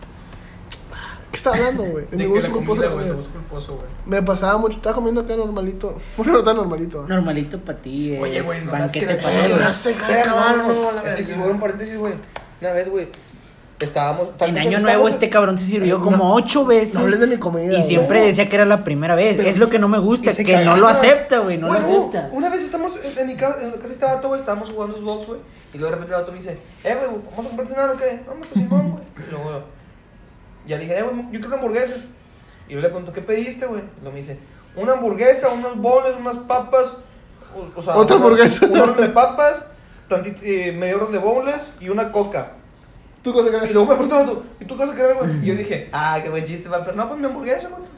¿Qué está hablando, güey? De De mi que la gusto culposo comida, de güey, comida. se busca el pozo, güey. Me pasaba mucho. Estaba comiendo acá normalito. Bueno, no tan normalito. Normalito para ti. Es Oye, güey, no, banquete es que para no ellos. sé, Espera, cabrón, no, la Es que verga. sobre un paréntesis, güey. Una vez, güey, estábamos. tal En vez Año estábamos Nuevo en- este cabrón se sirvió No, como ocho veces. no hables de mi comida, Y güey. siempre No. decía que era la primera vez. Pero- es lo que no me gusta, y se que no lo cagaba. acepta, güey. No Bueno, lo acepta. Una vez estamos en, en mi casa, en la casa de este vato, güey, estábamos jugando Xbox, güey. Y luego de repente el vato me dice, eh, güey, ¿vamos a comprar cenar o qué? No, pues Simón, güey. Y luego ya le dije, eh, güey, yo quiero una hamburguesa. Y yo le pregunto, ¿qué pediste, güey? Y luego me dice, una hamburguesa, unos boles, unas papas. O, o sea, Otra unas- hamburguesa. Un orden de papas, tantito, eh, medio orden de boles y una coca. ¿Tú cosa Y luego me preguntó, tú, ¿y tú qué vas a querer, güey? Y yo dije, ah, qué buen chiste, va, pero no, pues mi hamburguesa, güey.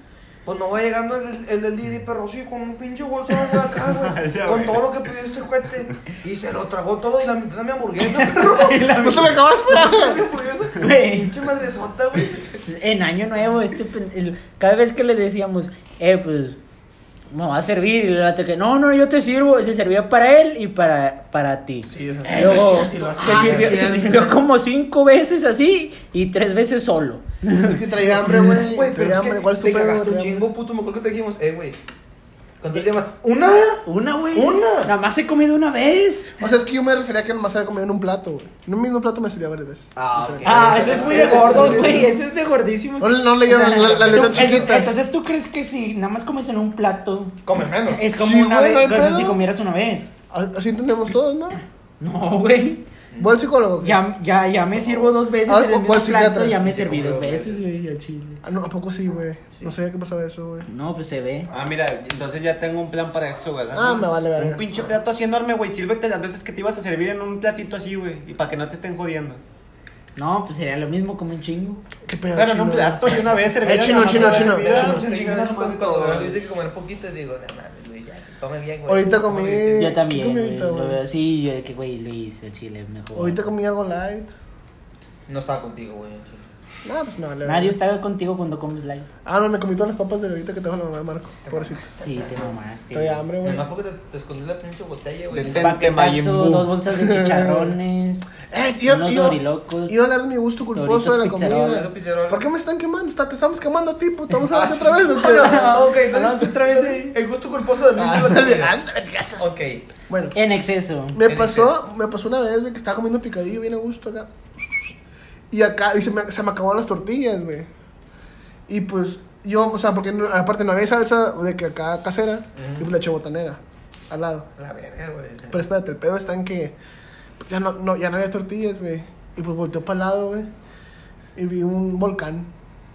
Pues no va llegando el, el, el Didi, perro, sí, con un pinche bolsón, güey, acá, güey. Ya, con güey. todo lo que pidió este juguete. Y se lo tragó todo y la mitad de mi hamburguesa, perro. ¿No te la acabaste? mi hamburguesa. Güey. Pinche madresota, güey. Se- se- En Año Nuevo, este, pen- el- cada vez que le decíamos, eh, pues, me va a servir. Y el vato que, no, no, yo te sirvo. Se servía para él y para, para ti. Sí, o sea, Eh, Luego, sí, sí, lo se, hacía. sirvió, Sí, se sí, sirvió sí. como cinco veces así y tres veces solo. Es que traía hambre, güey. Güey, pero Traía es hambre. que ¿Cuál es tu te cagaste un pedo? chingo, puto. Me acuerdo que te dijimos, eh, güey, Eh, ¿cuántas llevas? ¿Una? Una, güey. Una. Nada más he comido una vez. O sea, es que yo me refería a que nomás había comido en un plato, güey. En un mismo plato me servía varias veces. Ah, ok. Ah, eso es muy de Eso es gordos, muy- güey. Eso es de gordísimos. No, no leyeron O sea, la, la letra tú- chiquita. Entonces, ¿tú crees que si nada más comes en un plato? Come menos. Es como Sí, una güey, no hay vez, como pedo. si comieras una vez. Así entendemos todos, ¿no? No, güey. Voy al psicólogo. güey. Ya, ya, ya me sirvo dos veces Ah, en el ¿cuál mismo plato, psiquiatra? ya me Sí, serví como dos dos veces, güey, a chile. Ah, no, ¿a poco sí, güey? No sabía qué pasaba eso, güey. No, pues se ve. Ah, mira, entonces ya tengo un plan para eso, güey. Ah, me vale verga. Un pinche plato así enorme, güey. Sírvete las veces que te ibas a servir en un platito así, güey. Y para que no te estén jodiendo. No, pues sería lo mismo como un chingo. ¿Qué pedo? Pero en un chino? plato y una vez servida. Eh, chino, nada más chino, una chino, servida, chino. un Chingas, chingazo, cuando- güey. Cuando Gabriel dice que comer poquito, digo, no mames, Luis, ya, come bien, güey. Ahorita comí. Yo ¿qué también. güey, comidita, lo güey? veo así, yo de que, güey, Luis, el chile es mejor. Ahorita comí algo light. No estaba contigo, güey. No, pues me vale Nadie verga. está contigo cuando comes live. Ah, no, me comí todas las papas de ahorita que trajo la mamá de Marcos. Pobrecitos. Sí, te mamaste. Traía hambre, güey. Además, porque te, te escondí la pinche botella, güey. Detén- Majin Paquetazo, Buu. dos bolsas de chicharrones, Eh, iba, unos iba- dorilocos. iba a hablar de mi gusto culposo de la Doritos pizzerola. comida. Pizzerola. ¿Por qué me están quemando? Está- te estamos quemando a ti, puto. Vamos a hablar otra vez, ¿o qué? Ah, ok, Hablamos entonces, otra vez de- entonces, el gusto culposo de Luis es la comida. Ok. Bueno, En exceso. me en pasó, exceso. me pasó una vez, güey, que estaba comiendo picadillo bien a gusto acá. Y acá, y se me, se me acabaron las tortillas, güey. Y pues, yo, o sea, porque no- aparte no había salsa de que acá casera, y pues la eché botanera al lado. La verga, güey. Pero espérate, el pedo está en que pues, ya no, no- ya no había tortillas, güey. Y pues volteó para el lado, güey. Y vi un volcán.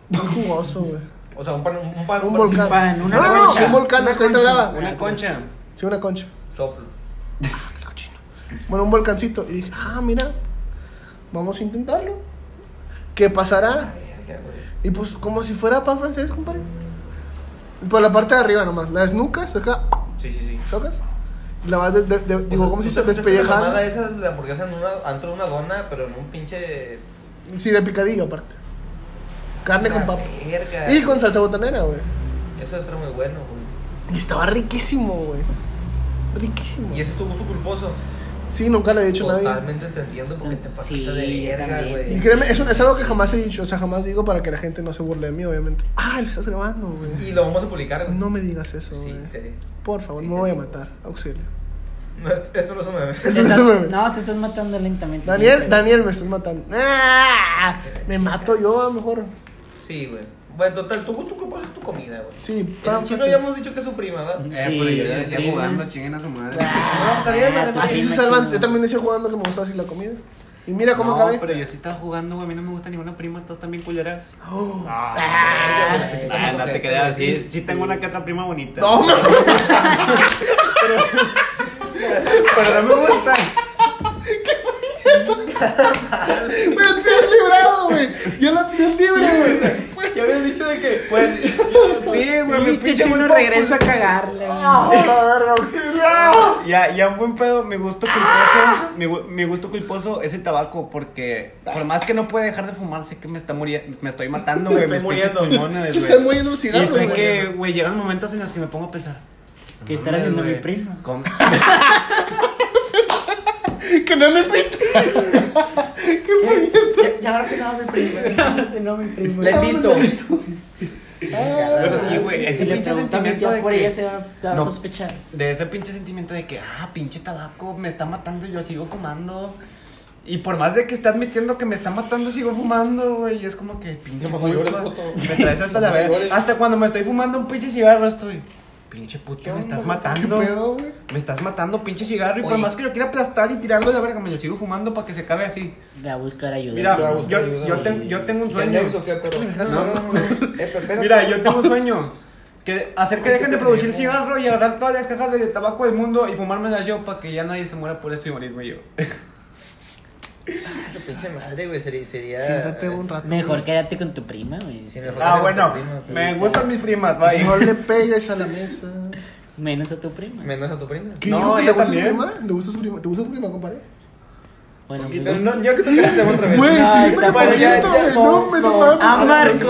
Muy jugoso, güey. O sea, un pan, un pan, Un pan sin volcán. pan, una no, no, concha. no, un volcán, no es que ahorita hablaba. Una concha. Sí, una concha. Soplo. Bueno, un volcancito. Y dije, ah, mira, vamos a intentarlo. ¿Qué pasará? Verga, güey. Y pues, como si fuera pan francés, compadre. Y por la parte de arriba nomás, las nucas, acá, Sí, sí, sí. sacas. La vas, de, de- de- digo, O sea, ¿cómo se tú dice? te echaste La mamada Despellejada. esa de la hamburguesa en una, antro de una dona, pero en un pinche. Sí, de picadillo aparte. Carne con La papa. verga. Y con salsa botanera, güey. Eso está muy bueno, güey. Y estaba riquísimo, güey. Riquísimo. Y ese es tu gusto culposo. Sí, nunca le he dicho a nadie. Totalmente te entiendo porque te pasaste Sí, de yo verga, también. Y güey. créeme, es, un- es algo que jamás he dicho, o sea, jamás digo para que la gente no se burle de mí, obviamente. Ah, lo estás grabando, güey. Y lo vamos a publicar, güey. No me digas eso, güey. Sí, te- Por favor, sí, me te voy a digo. matar. Auxilio. No, esto esto no es un meme. Te Eso- estás- eso me- no, te estás matando lentamente. Daniel, siempre. Daniel, me estás matando. ¡Ah! Me mato yo, a lo mejor. Sí, güey. Bueno, total, tu gusto culposo es tu comida, güey. Sí, El Fran chino Francis. ya hemos dicho que es su prima, ¿verdad? Eh, Sí, pero yo sí, decía sí. jugando, chinguen a su madre. No, está bien, Ah, no, no, Así sí, se me salvan. imagino. Yo también decía jugando que me gustaba así la comida. Y mira cómo no, acabé. pero yo sí estaba jugando, güey. A mí no me gusta ninguna prima, todas también culeras. Oh. Ah, Ah, sí, Ah, no te creas. Sí, sí, sí. tengo una que otra prima bonita. No, me pero no me gusta. Me has librado, güey. Yo la tenía libre, güey. Ya habías dicho de que. Pues, sí, güey, mi Uy, que pinche chino culpa, regresa a cagarle. Ah, pues, Ya, ya un buen pedo, mi gusto culposo, mi, gu- mi gusto culposo es el tabaco, porque por más que no puede dejar de fumar, sé que me está muriendo, me estoy matando, güey. estoy mis pinches muriendo. pulmones, Se güey. están muriendo los Y cigarros, sé güey. que, güey, llegan momentos en los que me pongo a pensar. ¿Qué estará haciendo güey, mi primo? ¿cómo- Que no me pita. Ya, ya ahora sí no, mi prima. Si no, mi primo. Le invito. Pero sí, güey, ese Si le pinche preguntan mi sentimiento tía de por ella, que... se va, se va a No. sospechar. De ese pinche sentimiento de que, ah, pinche tabaco, me está matando y yo sigo fumando. Y por más de que está admitiendo que me está matando, sigo fumando, güey. Y es como que pinche No, no puto. llores, puto. Me traes hasta la No verga. llores. Hasta cuando me estoy fumando un pinche cigarro, estoy. Pinche puto, me estás ¿Qué matando. pedo, güey? Me estás matando, pinche cigarro. Y por Oye. más que lo quiera aplastar y tirarlo a la verga, me lo sigo fumando para que se acabe así. Ve a buscar ayuda. Mira, Te va a yo, buscar ayuda, yo, güey. ten- yo tengo un sueño. ¿Pendejo o qué, pero? No. Eh, pero- Mira, yo tengo un sueño. Que hacer que Ay, dejen qué de producir pendejo. cigarro y agarrar todas las cajas de tabaco del mundo y fumármelas yo para que ya nadie se muera por eso y morirme yo. Su pinche madre, güey, sería... sería- Siéntate un rato. Mejor quédate con tu prima, güey. Sí, mejor Ah, que bueno, tu prima, sí. me gustan mis primas, bye. No le pegues a la mesa. Menos a tu prima. Menos a tu prima. ¿Qué No, dijo que ella le gusta su también. prima? ¿Le gusta su prima? ¿Te gusta su prima, compadre? Bueno, me No, gusta- no, yo creo que este tema otra vez. Güey, Ay, sí, güey, tampoco, por ya, cierto, ya, güey, no, no, me no. mames. Ah. Ah, Marco.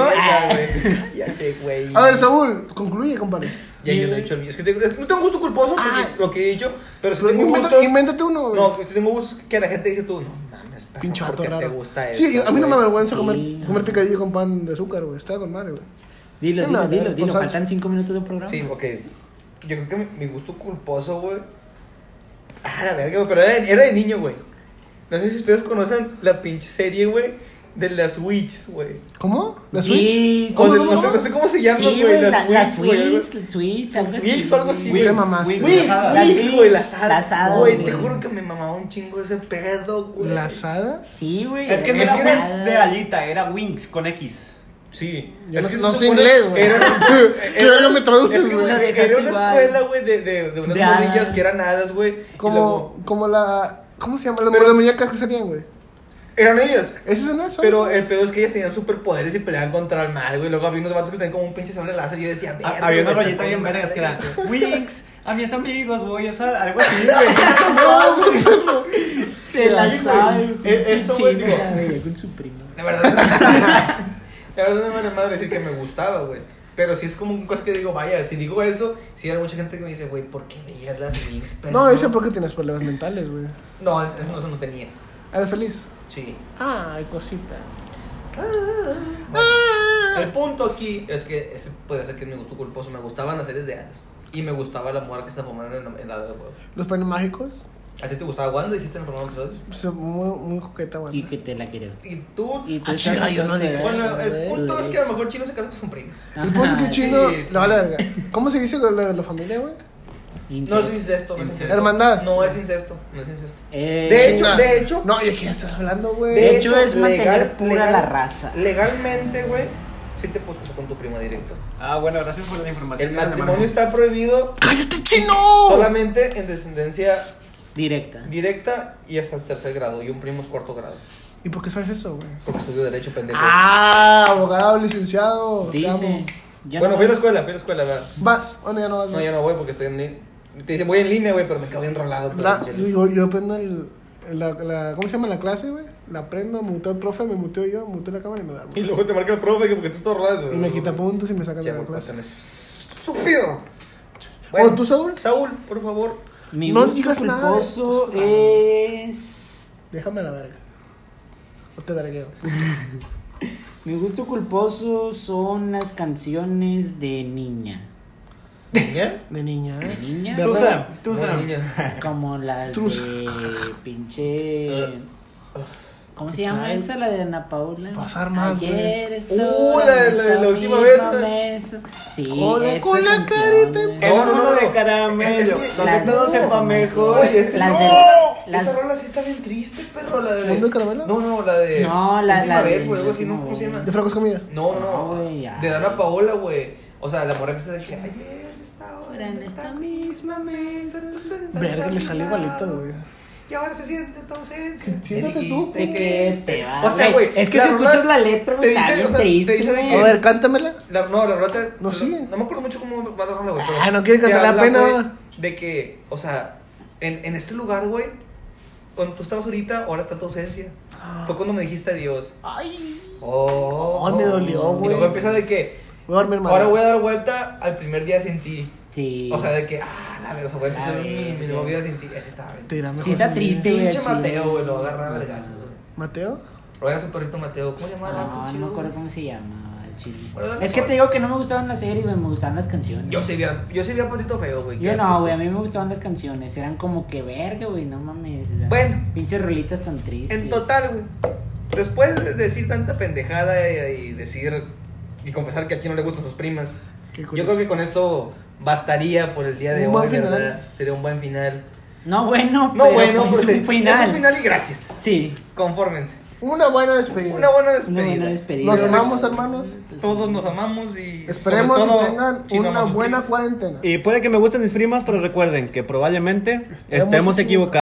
Ya que, güey. A ver, Saúl, concluye, compadre. Ya yo no he dicho el mío. Es que tengo, no tengo gusto culposo porque Ah. lo que he dicho, pero si tengo Inventa- gustos. Invéntate uno, güey. No, si tengo gustos que la gente dice tú, no mames, perro, Pinche ¿por vato qué raro. te gusta eso? sí, yo- a mí no me güey? avergüenza Sí. comer, comer picadillo con pan de azúcar, güey. Está con madre, güey. Dilo, Ya me dilo, valió, dilo, con dilo. salsa. Faltan cinco minutos de programa. Sí, ok. Yo creo que mi, mi gusto culposo, güey. Ah, la verga, güey, pero era, de- era de niño, güey. No sé si ustedes conocen la pinche serie, güey, de las Witches, güey. ¿Cómo? ¿La Sí, Switch? sí, O ¿Cómo, de- cómo, No sé- cómo? no sé cómo se llama, Sí, güey. güey, Las la- las Witches, güey. algo- Twitch, Twitch, algo así. Wix o algo así, güey. Te mamaste. Wix, Wix, Las Wix, hadas. güey, las Las hadas. hadas, Güey, te güey. juro que me mamaba un chingo ese pedo, güey. ¿Las hadas? Sí, güey. Es que no era era Es que- Wings pasada. de Alita, era Wings con X. Sí. Yo no, que no se sé supone- inglés, güey. Era, ¿Qué era- verga me es traduces, que, güey? güey, dejaste era una igual. escuela, güey, de, de, de unas De morrillas hadas. que eran hadas, güey. y luego- Como, como la... ¿Cómo se llama? Las, Pero- las muñecas que salían, güey. Eran ellas. ¿Esas son esas? Pero el pedo es que ellas tenían superpoderes y peleaban contra el mal, güey. Luego había unos vatos que tenían como un pinche sable láser y yo decía, Ah, "Verga, Había una güey, rollita está bien con vergas que era madre". Wings, a mis amigos voy a sal... Algo así, güey. Te la sabe. Eh, eso, güey, Chinga, digo. güey, Con su prima. La verdad, la verdad no me vale madre decir que me gustaba, güey. Pero si es como un cosa que digo, vaya, si digo eso, si hay mucha gente que me dice, güey, ¿por qué veías las links? No, ese porque tienes problemas mentales, güey. Ah, No, eso no, eso no tenía. ¿Eres feliz? Sí. Ah, Ay, cosita. El punto aquí es que ese puede ser que me gustó culposo. Me gustaban las series de hadas. Y me gustaba la mujer que se formaba en la- en la edad de fuego. ¿Los panes mágicos? ¿A ti te gustaba Wanda? Dijiste en el programa anterior. Pues, muy, muy coqueta, Y güey. que te la quieres. Y tú. Y tú Ah, estás chinga, yo no tratando de dije dar- Bueno, el güey, punto es que a lo mejor Chino se casa con su prima. El punto es que Ajá, chino... sí, sí. La vale verga. ¿Cómo se dice lo de la familia, güey? No incesto. es incesto, no es incesto. Hermandad. No es incesto, no es incesto. Eh, De hecho, Chinga. de hecho, No, ¿y de qué estás hablando, güey? De hecho, es mantener pura la raza. Legalmente, güey, sí te puedes casar con tu prima directo. Ah, bueno, gracias por la información. El Mira, matrimonio hermano. está prohibido ¡Cállate, chino! solamente en descendencia Directa. directa y hasta el tercer grado. Y un primo es cuarto grado. ¿Y por qué sabes eso, güey? Porque estudio derecho, pendejo. Ah, abogado, licenciado. Te amo. Dice. ya bueno, no fui a la vas. escuela, fui a la escuela, ¿verdad? Vas, bueno, ya no vas. No, güey. ya no voy porque estoy en línea. Te dicen, voy en línea, güey, pero me acabo enrolado. todo La- el chile. yo, yo aprendo el, la, la- ¿Cómo se llama la clase, güey? La aprendo, muteo el profe, me muteo yo, muteo la cámara y me da. Y luego te marca el profe que porque estás todo enrolado. Y me quita puntos y me sacan de la clase. ¡Estúpido! ¿O tú, Saúl? Saúl, por favor. Mi No gusto digas nada. culposo es. Déjame a la verga. O te vergueo. Mi gusto culposo son las canciones de niña. ¿Niña? De niña, ¿eh? ¿De niña? De Tú, raro. Sam, tú, No, Sam. niña. Como las Trus. de Ah. pinche. ¿Cómo se llama Trae- esa? La de Ana Paula. Pasar más, Ayer güey. estuve Uh, la de- en la de la esta última misma vez, ¿no? mesa. Sí, Hola, esa con la canción, carita güey. No, El no, no, mundo no. de Es caramelo. que- Donde Las- todo sepa mejor. Oye, es- Las ¡No! de- las- Esa rola sí está bien triste, perro. La de. ¿Mundo de Caramelo? No, no, la de. No, la- Última la vez, de- güey, algo así, ¿no? ¿Cómo se llama? De fracos comida. No, No, no. güey, ya. de Dana Paola, güey. O sea, la morra empieza a decir, ayer a esta hora, en En esta esta misma mesa, tú sentaste Verga, a le mi salió lado, igualito, güey. Eh. Y ahora se siente tu ausencia. Siéntate Me tú, dijiste Te que te va. O sea, güey, Es que la si escuchas rola la letra, te güey, está dice, bien o sea, te triste, dice de güey. A ver, cántamela. La- no, la verdad. te- No, sí. No me acuerdo mucho cómo va la rola, güey. pero Ah, no quiere te cantar la habla, pena. güey, De que, o sea, en, en este lugar, güey, cuando tú estabas ahorita, ahora está tu ausencia. Fue cuando me dijiste adiós. Ay. Oh, Ah. Ay, me dolió, Y güey. luego empieza de que, Voy a dormir mal. ahora voy a dar vuelta al primer día sin ti. Sí. O sea, de que, ah, la verdad, o sea, voy a empezar La mi, mi verga. nueva vida sin ti. Ese estaba bien. Te irá mejor Sí está sin triste. mí. Pinche chido. Mateo, güey, lo agarra a vergazos, güey. ¿Mateo? O era su perrito Mateo. ¿Cómo se llamaba? el vato, No, no chido, me acuerdo güey? cómo se llama. Chile. Bueno, dale, Es que por- te digo que no me gustaban las series, güey, me gustaban las canciones. Yo sí vi a, yo sí vi a Patito Feo, güey. Yo que- no, güey, a mí me gustaban las canciones. Eran como que verga, güey, no mames. o sea, Bueno. Pinches rolitas tan tristes. En total, güey. Después de decir tanta pendejada y, y decir y confesar que a Chino le gustan sus primas, Qué yo creo que con esto bastaría por el día de Un hoy, buen final. ¿verdad? Sería un buen final. No, bueno, No, pero bueno, es pero un sí, final. Es un final y gracias. Sí, Confórmense. Una buena despedida. Una buena una despedida. buena despedida. Nos amamos, hermanos. Todos nos amamos y. Esperemos sobre todo, que tengan Chino ama una a sus buena primas. cuarentena. Y puede que me gusten mis primas, pero recuerden que probablemente Este, Estemos Este, estemos equivocados.